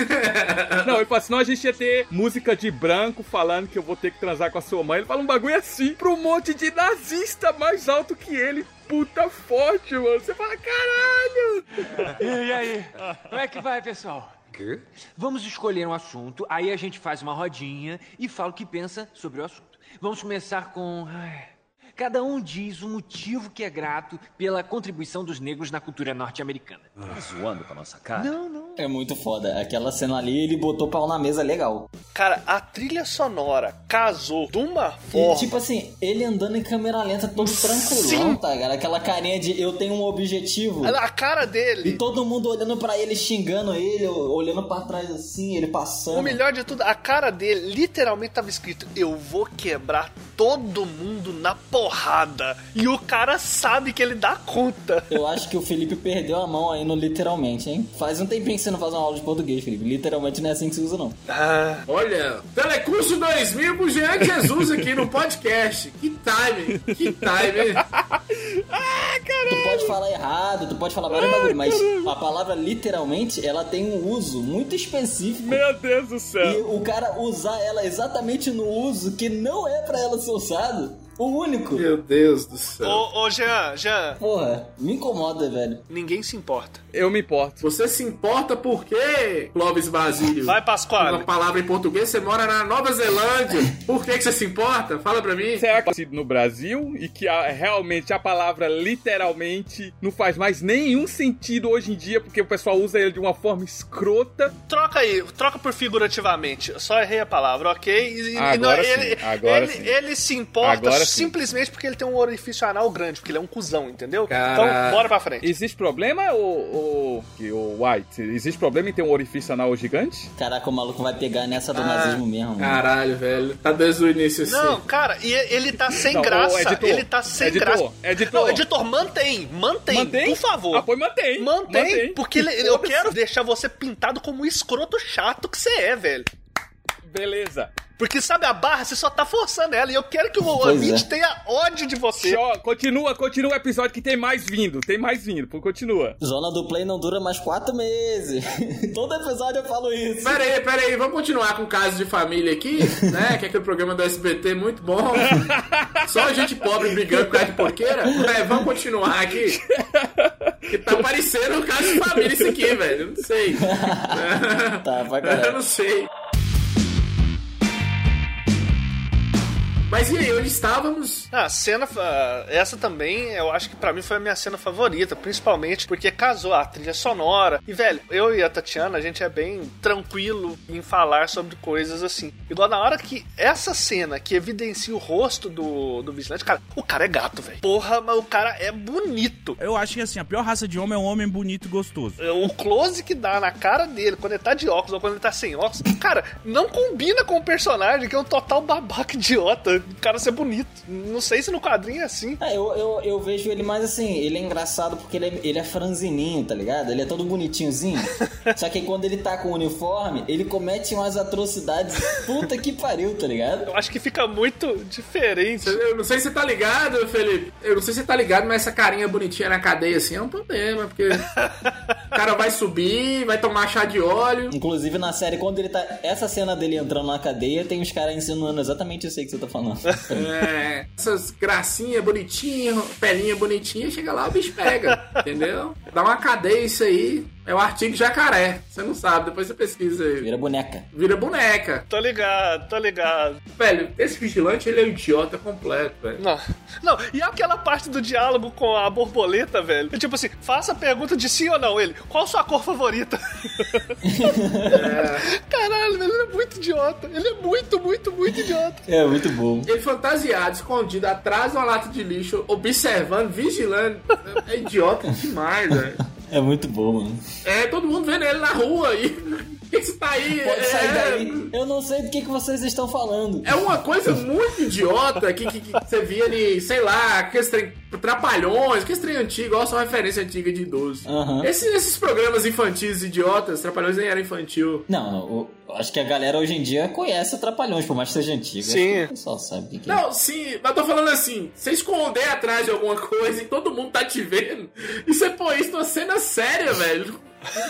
não, ele fala assim, não, a gente ia ter música de branco falando que eu vou ter que transar com a sua mãe. Ele fala um bagulho assim pra um monte de nazista mais alto que ele. puta forte, mano. Você fala, caralho! E aí? Como é que vai, pessoal? Que? Vamos escolher um assunto, aí a gente faz uma rodinha e fala o que pensa sobre o assunto. Vamos começar com. ai, Cada um diz o motivo que é grato pela contribuição dos negros na cultura norte-americana. Tá zoando com a nossa cara? Não, não. É muito foda. Aquela cena ali, ele botou pau na mesa legal. Cara, a trilha sonora casou de uma E, forma. tipo assim, ele andando em câmera lenta, todo tranquilão, tá, cara? Aquela carinha de eu tenho um objetivo. A cara dele. E todo mundo olhando pra ele, xingando ele, olhando pra trás assim, ele passando. O melhor de tudo, a cara dele literalmente tava escrito: Eu vou quebrar todo mundo na porrada. E o cara sabe que ele dá conta. Eu acho que o Felipe perdeu a mão aí no literalmente, hein? Faz um tempinho que você não faz uma aula de português, Felipe. Literalmente não é assim que se usa, não. Olha, Telecurso 2000 pro Jean Jesus aqui no podcast. Que time, que time, hein? Tu pode falar errado, tu pode falar vários bagulho, mas a palavra literalmente, ela tem um uso muito específico. Meu Deus do céu. E o cara usar ela exatamente no uso que não é pra ela ser usado, o único. Meu Deus do céu. Ô, ô, Jean, Jean. Porra, me incomoda, velho. Ninguém se importa. Eu me importo. Você se importa por quê, Clóvis Basílio? Vai, Pascoal. Uma palavra em português, você mora na Nova Zelândia. Por que, que você se importa? Fala pra mim. Será que é no Brasil e que a- realmente a palavra literalmente não faz mais nenhum sentido hoje em dia porque o pessoal usa ele de uma forma escrota? Troca aí, troca por figurativamente. Eu só errei a palavra, ok? E- e Agora sim, ele, agora ele, sim. ele se importa Agora sim. simplesmente porque ele tem um orifício anal grande, porque ele é um cuzão, entendeu? Então, Caralho. bora pra frente. Existe problema, ô, ô, que- ô White? Existe problema em ter um orifício anal gigante? Caraca, o maluco vai pegar nessa do Ah, nazismo mesmo. Caralho, velho. Tá desde o início assim. Não, cara, e ele tá sem Não, ô, graça. editor, ele tá sem editor, graça. editor. Não, editor, mantém, mantém, Mantém? por favor. Ah, pois mantém. Mantém, mantém. porque ele- eu quero deixar você pintado como o escroto chato que você é, velho. Beleza. Porque sabe a barra, você só tá forçando ela. E eu quero que o Pois ouvinte é. tenha ódio de você. Só- Continua, continua o episódio que tem mais vindo. Tem mais vindo, pô, continua. Zona do Play não dura mais quatro meses. Todo episódio eu falo isso. Pera aí, pera aí, vamos continuar com casos de família aqui, né? Que é aquele programa do SBT muito bom. Só gente pobre brigando por causa de porqueira. É, vamos continuar aqui. Que tá parecendo um caso de família isso aqui, velho. Eu Não sei. tá, vai Eu não sei. Mas e aí, onde estávamos? Ah, a cena. ah, Essa também, eu acho que pra mim foi a minha cena favorita, principalmente porque casou a trilha sonora. E, velho, eu e a Tatiana, a gente é bem tranquilo em falar sobre coisas assim. Igual na hora que essa cena que evidencia o rosto do, do vigilante, cara, o cara é gato, velho. Porra, mas o cara é bonito. É, Eu acho que assim, a pior raça de homem é um homem bonito e gostoso. O close que dá na cara dele, quando ele tá de óculos ou quando ele tá sem óculos, cara, não combina com o personagem, que é um total babaca idiota. O cara ser bonito. Não sei se no quadrinho é assim. É, eu, eu, eu vejo ele mais assim, ele é engraçado porque ele é, ele é franzininho, tá ligado? Ele é todo bonitinhozinho. Só que quando ele tá com o uniforme, ele comete umas atrocidades. Puta que pariu, tá ligado? Eu acho que fica muito diferente. Eu não sei se você tá ligado, Felipe. Eu não sei se você tá ligado, mas essa carinha bonitinha na cadeia assim é um problema, porque o cara vai subir, vai tomar chá de óleo. Inclusive na série, quando ele tá. Essa cena dele entrando na cadeia, tem os caras insinuando exatamente isso aí que você tá falando. É, essas gracinhas bonitinhas, pelinha bonitinha, chega lá, o bicho pega, entendeu? Dá uma cadeia isso aí. É o artigo jacaré. Você não sabe, depois você pesquisa aí. Vira boneca. Vira boneca. Tô ligado, tô ligado. Velho, esse vigilante, ele é um idiota completo, velho. Não, não, e aquela parte do diálogo com a borboleta, velho? É tipo assim, faça a pergunta de sim ou não. Ele, qual sua cor favorita? Caralho, velho, ele é muito idiota. Ele é muito, muito, muito idiota. É muito bom. Ele fantasiado, escondido atrás de uma lata de lixo, observando, vigilando. É idiota demais, velho. É muito bom, mano. É, todo mundo vendo ele na rua aí. Por que você tá aí? Pode sair É, daí. Eu não sei do que, que vocês estão falando. É uma coisa muito idiota que, que- que você via ali, sei lá, aqueles trem, trapalhões, aqueles trem antigo, ó, só referência antiga de idoso. Aham. Esses, esses programas infantis idiotas, trapalhões nem era infantil. Não, não, eu- eu acho que a galera hoje em dia conhece o Trapalhões, por mais que seja antigo. Acho Sim. que O pessoal sabe o que, que é. Não, sim, mas tô falando assim, você esconder atrás de alguma coisa e todo mundo tá te vendo, e você põe isso numa cena séria, velho.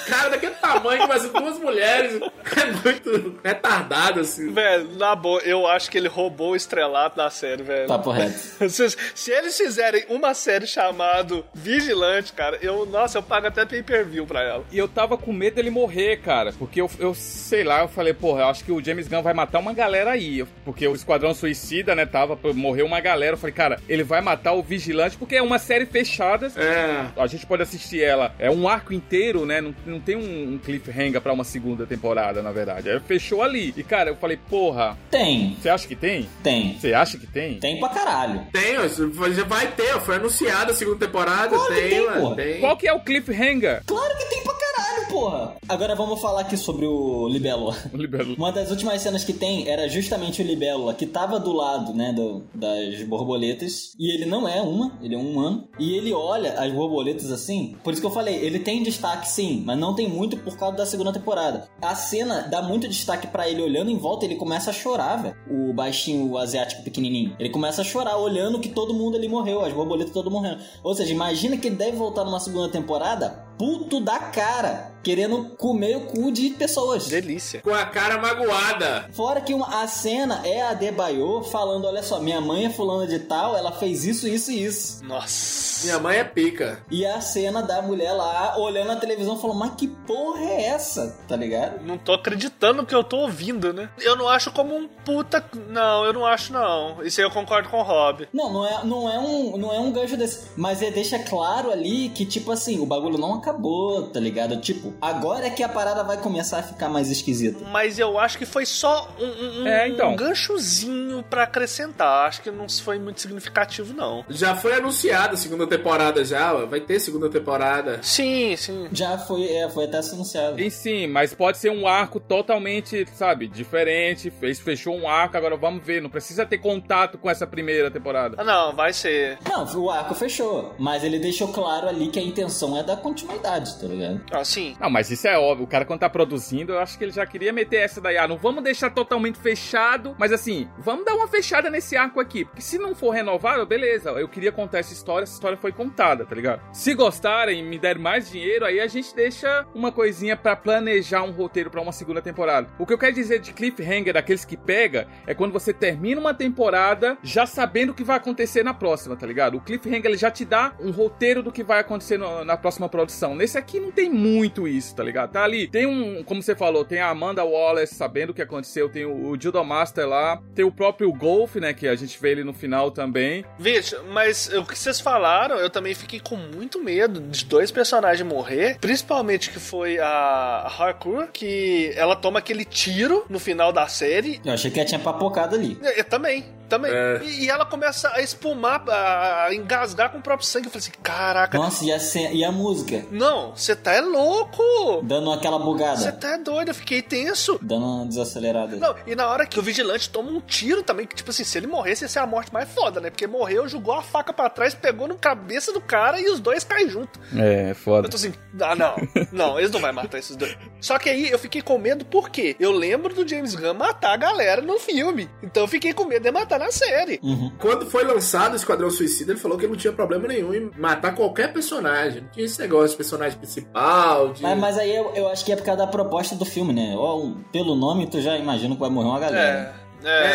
Cara, daquele tamanho, mas duas mulheres. É muito retardado, assim. Velho, na boa, eu acho que ele roubou o estrelato da série, velho. Papo reto. Se, se eles fizerem uma série chamado Vigilante, cara, eu, nossa, eu pago até pay-per-view pra ela. E eu tava com medo dele morrer, cara. Porque eu, eu sei lá, eu falei, porra, eu acho que o James Gunn vai matar uma galera aí. Porque o Esquadrão Suicida, né, tava, pô, morreu uma galera. Eu falei, cara, ele vai matar o Vigilante, porque é uma série fechada. É. A gente pode assistir ela. É um arco inteiro, né? Não, não tem um, um cliffhanger pra uma segunda temporada, na verdade. Aí fechou ali. E, cara, eu falei, porra. Tem. Você acha que tem? Tem. Você acha que tem? Tem pra caralho. Tem, ó, isso foi- já vai ter, ó, foi anunciada a segunda temporada. Claro que tem, tem, ué, porra. tem. Qual que é o cliffhanger? Claro que tem pra caralho, porra. Agora vamos falar aqui sobre o Libelo. O Libelo. Uma das últimas cenas que tem era justamente o Libélula, que tava do lado, né, do- das borboletas. E ele não é uma, ele é um humano. E ele olha as borboletas assim. Por isso que eu falei, ele tem destaque sim, mas não tem muito por causa da segunda temporada. A cena dá muito destaque pra ele olhando em volta, ele começa a chorar, velho. O baixinho, o asiático pequenininho. Ele começa a chorar olhando que todo mundo ali morreu, as borboletas todo morrendo. Ou seja, imagina que ele deve voltar numa segunda temporada puto da cara, querendo comer o cu de pessoas. Delícia. Com a cara magoada. Fora que uma- a cena é a Debaiô falando: olha só, minha mãe é fulana de tal, ela fez isso, isso e isso. Nossa. Minha mãe é pica. E a cena da mulher lá olhando a televisão falando: mas que porra é essa? Tá ligado? Não tô acreditando que eu tô ouvindo, né? Eu não acho como um puta. Não, eu não acho, não. Isso aí eu concordo com o Rob. Não, não é, não é um, não é um gancho desse, mas ele deixa claro ali que tipo assim, o bagulho não acabou, tá ligado? Tipo, agora é que a parada vai começar a ficar mais esquisita. Mas eu acho que foi só um, um- um- É, então. um ganchozinho pra acrescentar. Acho que não foi muito significativo, não. Já foi anunciada a segunda temporada já, ó, vai ter segunda temporada. Sim, sim. Já foi, é, foi até anunciado. E sim, mas pode ser um arco totalmente, sabe, diferente. Fez, fechou um arco, agora vamos ver. Não precisa ter contato com essa primeira temporada. Ah, não, vai ser. Não, o arco fechou, mas ele deixou claro ali que a intenção é dar continuidade, tá ligado? Ah, sim. Não, mas isso é óbvio. O cara, quando tá produzindo, eu acho que ele já queria meter essa daí. Ah, não vamos deixar totalmente fechado, mas assim, vamos dar uma fechada nesse arco aqui. Porque se não for renovado, beleza. Eu queria contar essa história, essa história foi contada, tá ligado? Se gostarem e me derem mais dinheiro, aí a gente deixa uma coisinha pra planejar um roteiro pra uma segunda temporada. O que eu quero dizer de cliffhanger, daqueles que pega, é quando você termina uma temporada já sabendo o que vai acontecer na próxima, tá ligado? O cliffhanger ele já te dá um roteiro do que vai acontecer no- na próxima produção. Nesse aqui não tem muito isso, tá ligado? Tá ali, tem um, como você falou, tem a Amanda Wallace sabendo o que aconteceu, tem o, o Judo Master lá, tem o próprio Golf, né, que a gente vê ele no final também. Vixe, mas o que vocês falaram, eu também fiquei com muito medo de dois personagens morrer, principalmente que foi a Harcourt, que ela toma aquele tiro no final da série. Eu achei que ela tinha papocado ali. Eu, eu também, também. É. E, e ela começa a espumar, a, a engasgar com o próprio sangue. Eu falei assim, caraca. Nossa, e a, ce- e a música? Não, você tá é louco! Dando aquela Você bugada. tá é doido, eu fiquei tenso. Dando uma desacelerada. Não, e na hora que o vigilante toma um tiro também, que tipo assim, se ele morresse, ia ser a morte mais foda, né? Porque morreu, jogou a faca pra trás, pegou no cabeça do cara e os dois caem junto. É, Eu foda. tô assim, ah, não, não, eles não vão matar esses dois. Só que aí eu fiquei com medo porque eu lembro do James Gunn matar a galera no filme. Então eu fiquei com medo de matar na série. Uhum. Quando foi lançado o Esquadrão Suicida, ele falou que não tinha problema nenhum em matar qualquer personagem. Não tinha esse negócio de personagem principal, de... Mas, mas aí eu, eu acho que é por causa da proposta do filme, né? Ó, pelo nome, tu já imagina que vai morrer uma galera.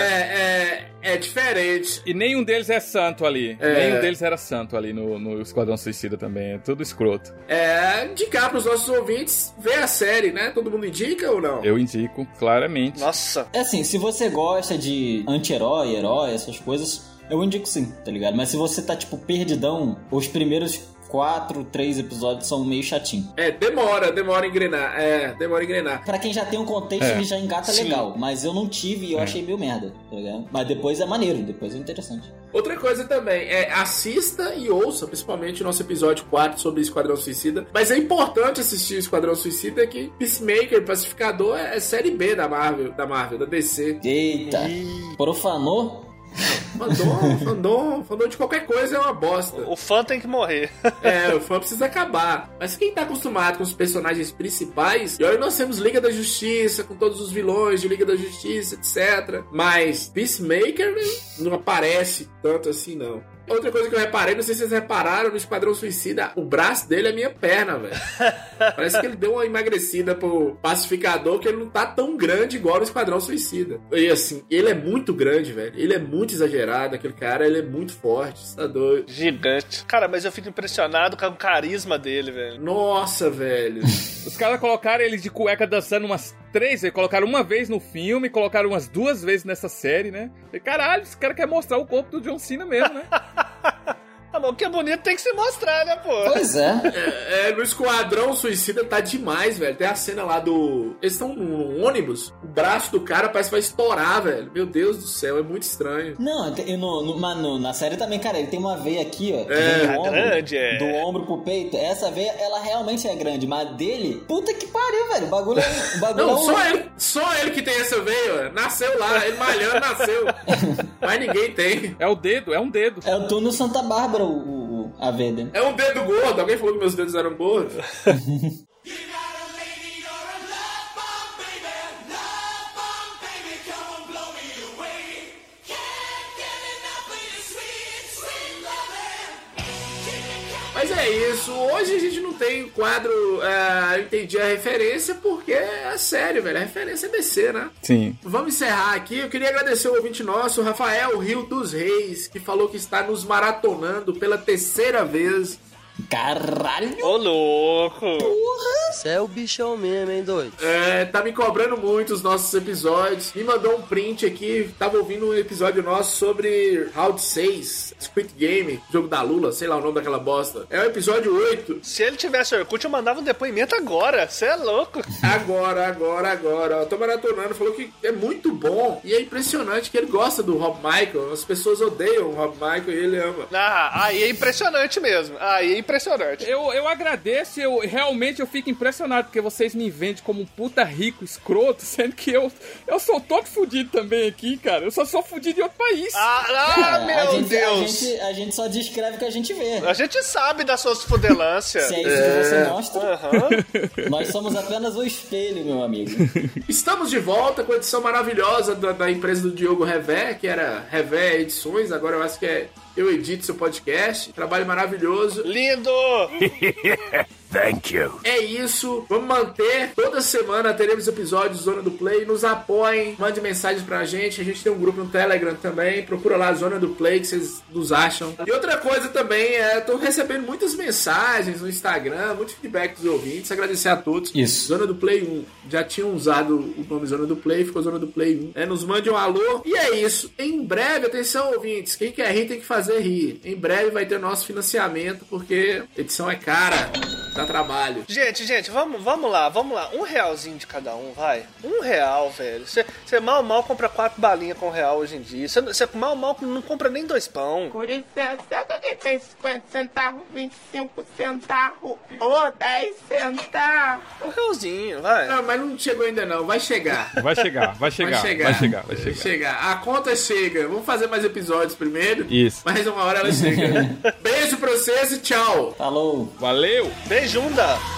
É, é, é diferente. E nenhum deles é santo ali. É. Nenhum deles era santo ali no, no Esquadrão Suicida também. É tudo escroto. É, indicar pros nossos ouvintes ver a série, né? Todo mundo indica ou não? Eu indico, claramente. Nossa. É assim, se você gosta de anti-herói, herói, essas coisas, eu indico sim, tá ligado? Mas se você tá, tipo, perdidão, os primeiros quatro, três episódios são meio chatinho. É, demora, demora a engrenar. É, demora a engrenar. Pra quem já tem um contexto, É. ele já engata Sim. legal. Mas eu não tive É. e eu achei meio merda, tá ligado? Mas depois é maneiro, depois é interessante. Outra coisa também é assista e ouça, principalmente o nosso episódio 4 sobre Esquadrão Suicida. Mas é importante assistir Esquadrão Suicida que Peacemaker, Pacificador, é é série B da Marvel, da Marvel, da DC. Eita! Profanou? Fandom, fandom, fandom de qualquer coisa é uma bosta. O fã tem que morrer. É, o fã precisa acabar. Mas quem tá acostumado com os personagens principais, e olha, nós temos Liga da Justiça, com todos os vilões de Liga da Justiça, etc. Mas Peacemaker né, não aparece tanto assim, não. Outra coisa que eu reparei, não sei se vocês repararam, no Esquadrão Suicida, o braço dele é minha perna, velho. Parece que ele deu uma emagrecida pro pacificador, que ele não tá tão grande igual o Esquadrão Suicida. E assim, ele é muito grande, velho. Ele é muito exagerado, aquele cara, ele é muito forte, cê tá doido. Gigante. Cara, mas eu fico impressionado com o carisma dele, velho. Nossa, velho. Os caras colocaram ele de cueca dançando umas três vezes. Colocaram uma vez no filme, colocaram umas duas vezes nessa série, né? E, caralho, esse cara quer mostrar o corpo do John Cena mesmo, né? Ah, mas o que é bonito tem que se mostrar, né, pô? É, é, no Esquadrão Suicida tá demais, velho. Tem a cena lá do. Eles estão num ônibus, o braço do cara parece que vai estourar, velho. Meu Deus do céu, é muito estranho. Não, e no, no, mas no- na série também, cara, ele tem uma veia aqui, ó. É, do ombro, grande, é. Do ombro pro peito. Essa veia, ela realmente é grande, mas dele, puta que pariu, velho. O bagulho é. O bagulho é Não, um- só ele, só ele que tem essa veia, velho. Nasceu lá, ele malhando, nasceu. Mas ninguém tem. É o dedo, é um dedo. É o túnel Santa Bárbara, o, o- o- a veia dele. É um dedo gordo. Alguém falou que meus dedos eram gordos? Mas é isso, hoje a gente não tem o quadro ah, Eu Entendi a Referência, porque é sério, velho, a referência é DC, né? Sim. Vamos encerrar aqui. Eu queria agradecer o ouvinte nosso, Rafael Rio dos Reis, que falou que está nos maratonando pela terceira vez. Caralho! Ô, louco! Porra! Você é o bichão mesmo, hein, doido? É, tá me cobrando muito os nossos episódios. Me mandou um print aqui. Tava ouvindo um episódio nosso sobre Round 6, Squid Game, jogo da Lula, sei lá o nome daquela bosta. É o episódio 8. Se ele tivesse Orkut, eu mandava um depoimento agora. Você é louco. Agora, agora, agora. Eu tô maratonando, falou que é muito bom. E é impressionante que ele gosta do Rob Michael. As pessoas odeiam o Rob Michael e ele ama. Ah, aí é impressionante mesmo. Aí é impressionante. Eu, eu agradeço, eu realmente eu fico impressionado porque vocês me vendem como um puta rico, escroto, sendo que eu, eu sou todo fudido também aqui, cara. Eu só sou fudido em outro país. Ah. Cara, a gente, A gente, a gente só descreve o que a gente vê. A gente sabe das suas fudelâncias. Se é isso que você mostra, nós somos apenas o espelho, meu amigo. Estamos de volta com a edição maravilhosa da, da empresa do Diogo Revé, que era Revé Edições, agora eu acho que é Eu Edito Seu Podcast. Trabalho maravilhoso. Lindo! Thank you. É isso, vamos manter. Toda semana teremos episódios do Zona do Play. Nos apoiem, mande mensagem pra gente. A gente tem um grupo no Telegram também. Procura lá Zona do Play que vocês nos acham. E outra coisa também é: tô recebendo muitas mensagens no Instagram, muito feedback dos ouvintes. Agradecer a todos. Isso. Zona do Play 1. Já tinham usado o nome Zona do Play, ficou Zona do Play 1. É, nos mande um alô. E é isso. Em breve, atenção, ouvintes. Quem quer rir tem que fazer rir. Em breve vai ter nosso financiamento, porque edição é cara. Dá trabalho. Gente, gente, vamos, vamos lá, vamos lá. Um realzinho de cada um, vai. Um real, velho. Você mal, mal compra quatro balinhas com um real hoje em dia. Você mal, mal não compra nem dois pão. Com licença, é que tem 50 centavos, 25 centavos ou 10 centavos? Um realzinho, vai. Não, Ah, mas não chegou ainda não, vai chegar. Vai chegar, vai chegar, Vai chegar. vai chegar, vai chegar. chegar. A conta chega. Vamos fazer mais episódios primeiro. Isso. Mais uma hora ela chega. Beijo pra vocês e tchau. Falou. Valeu! Beijunda!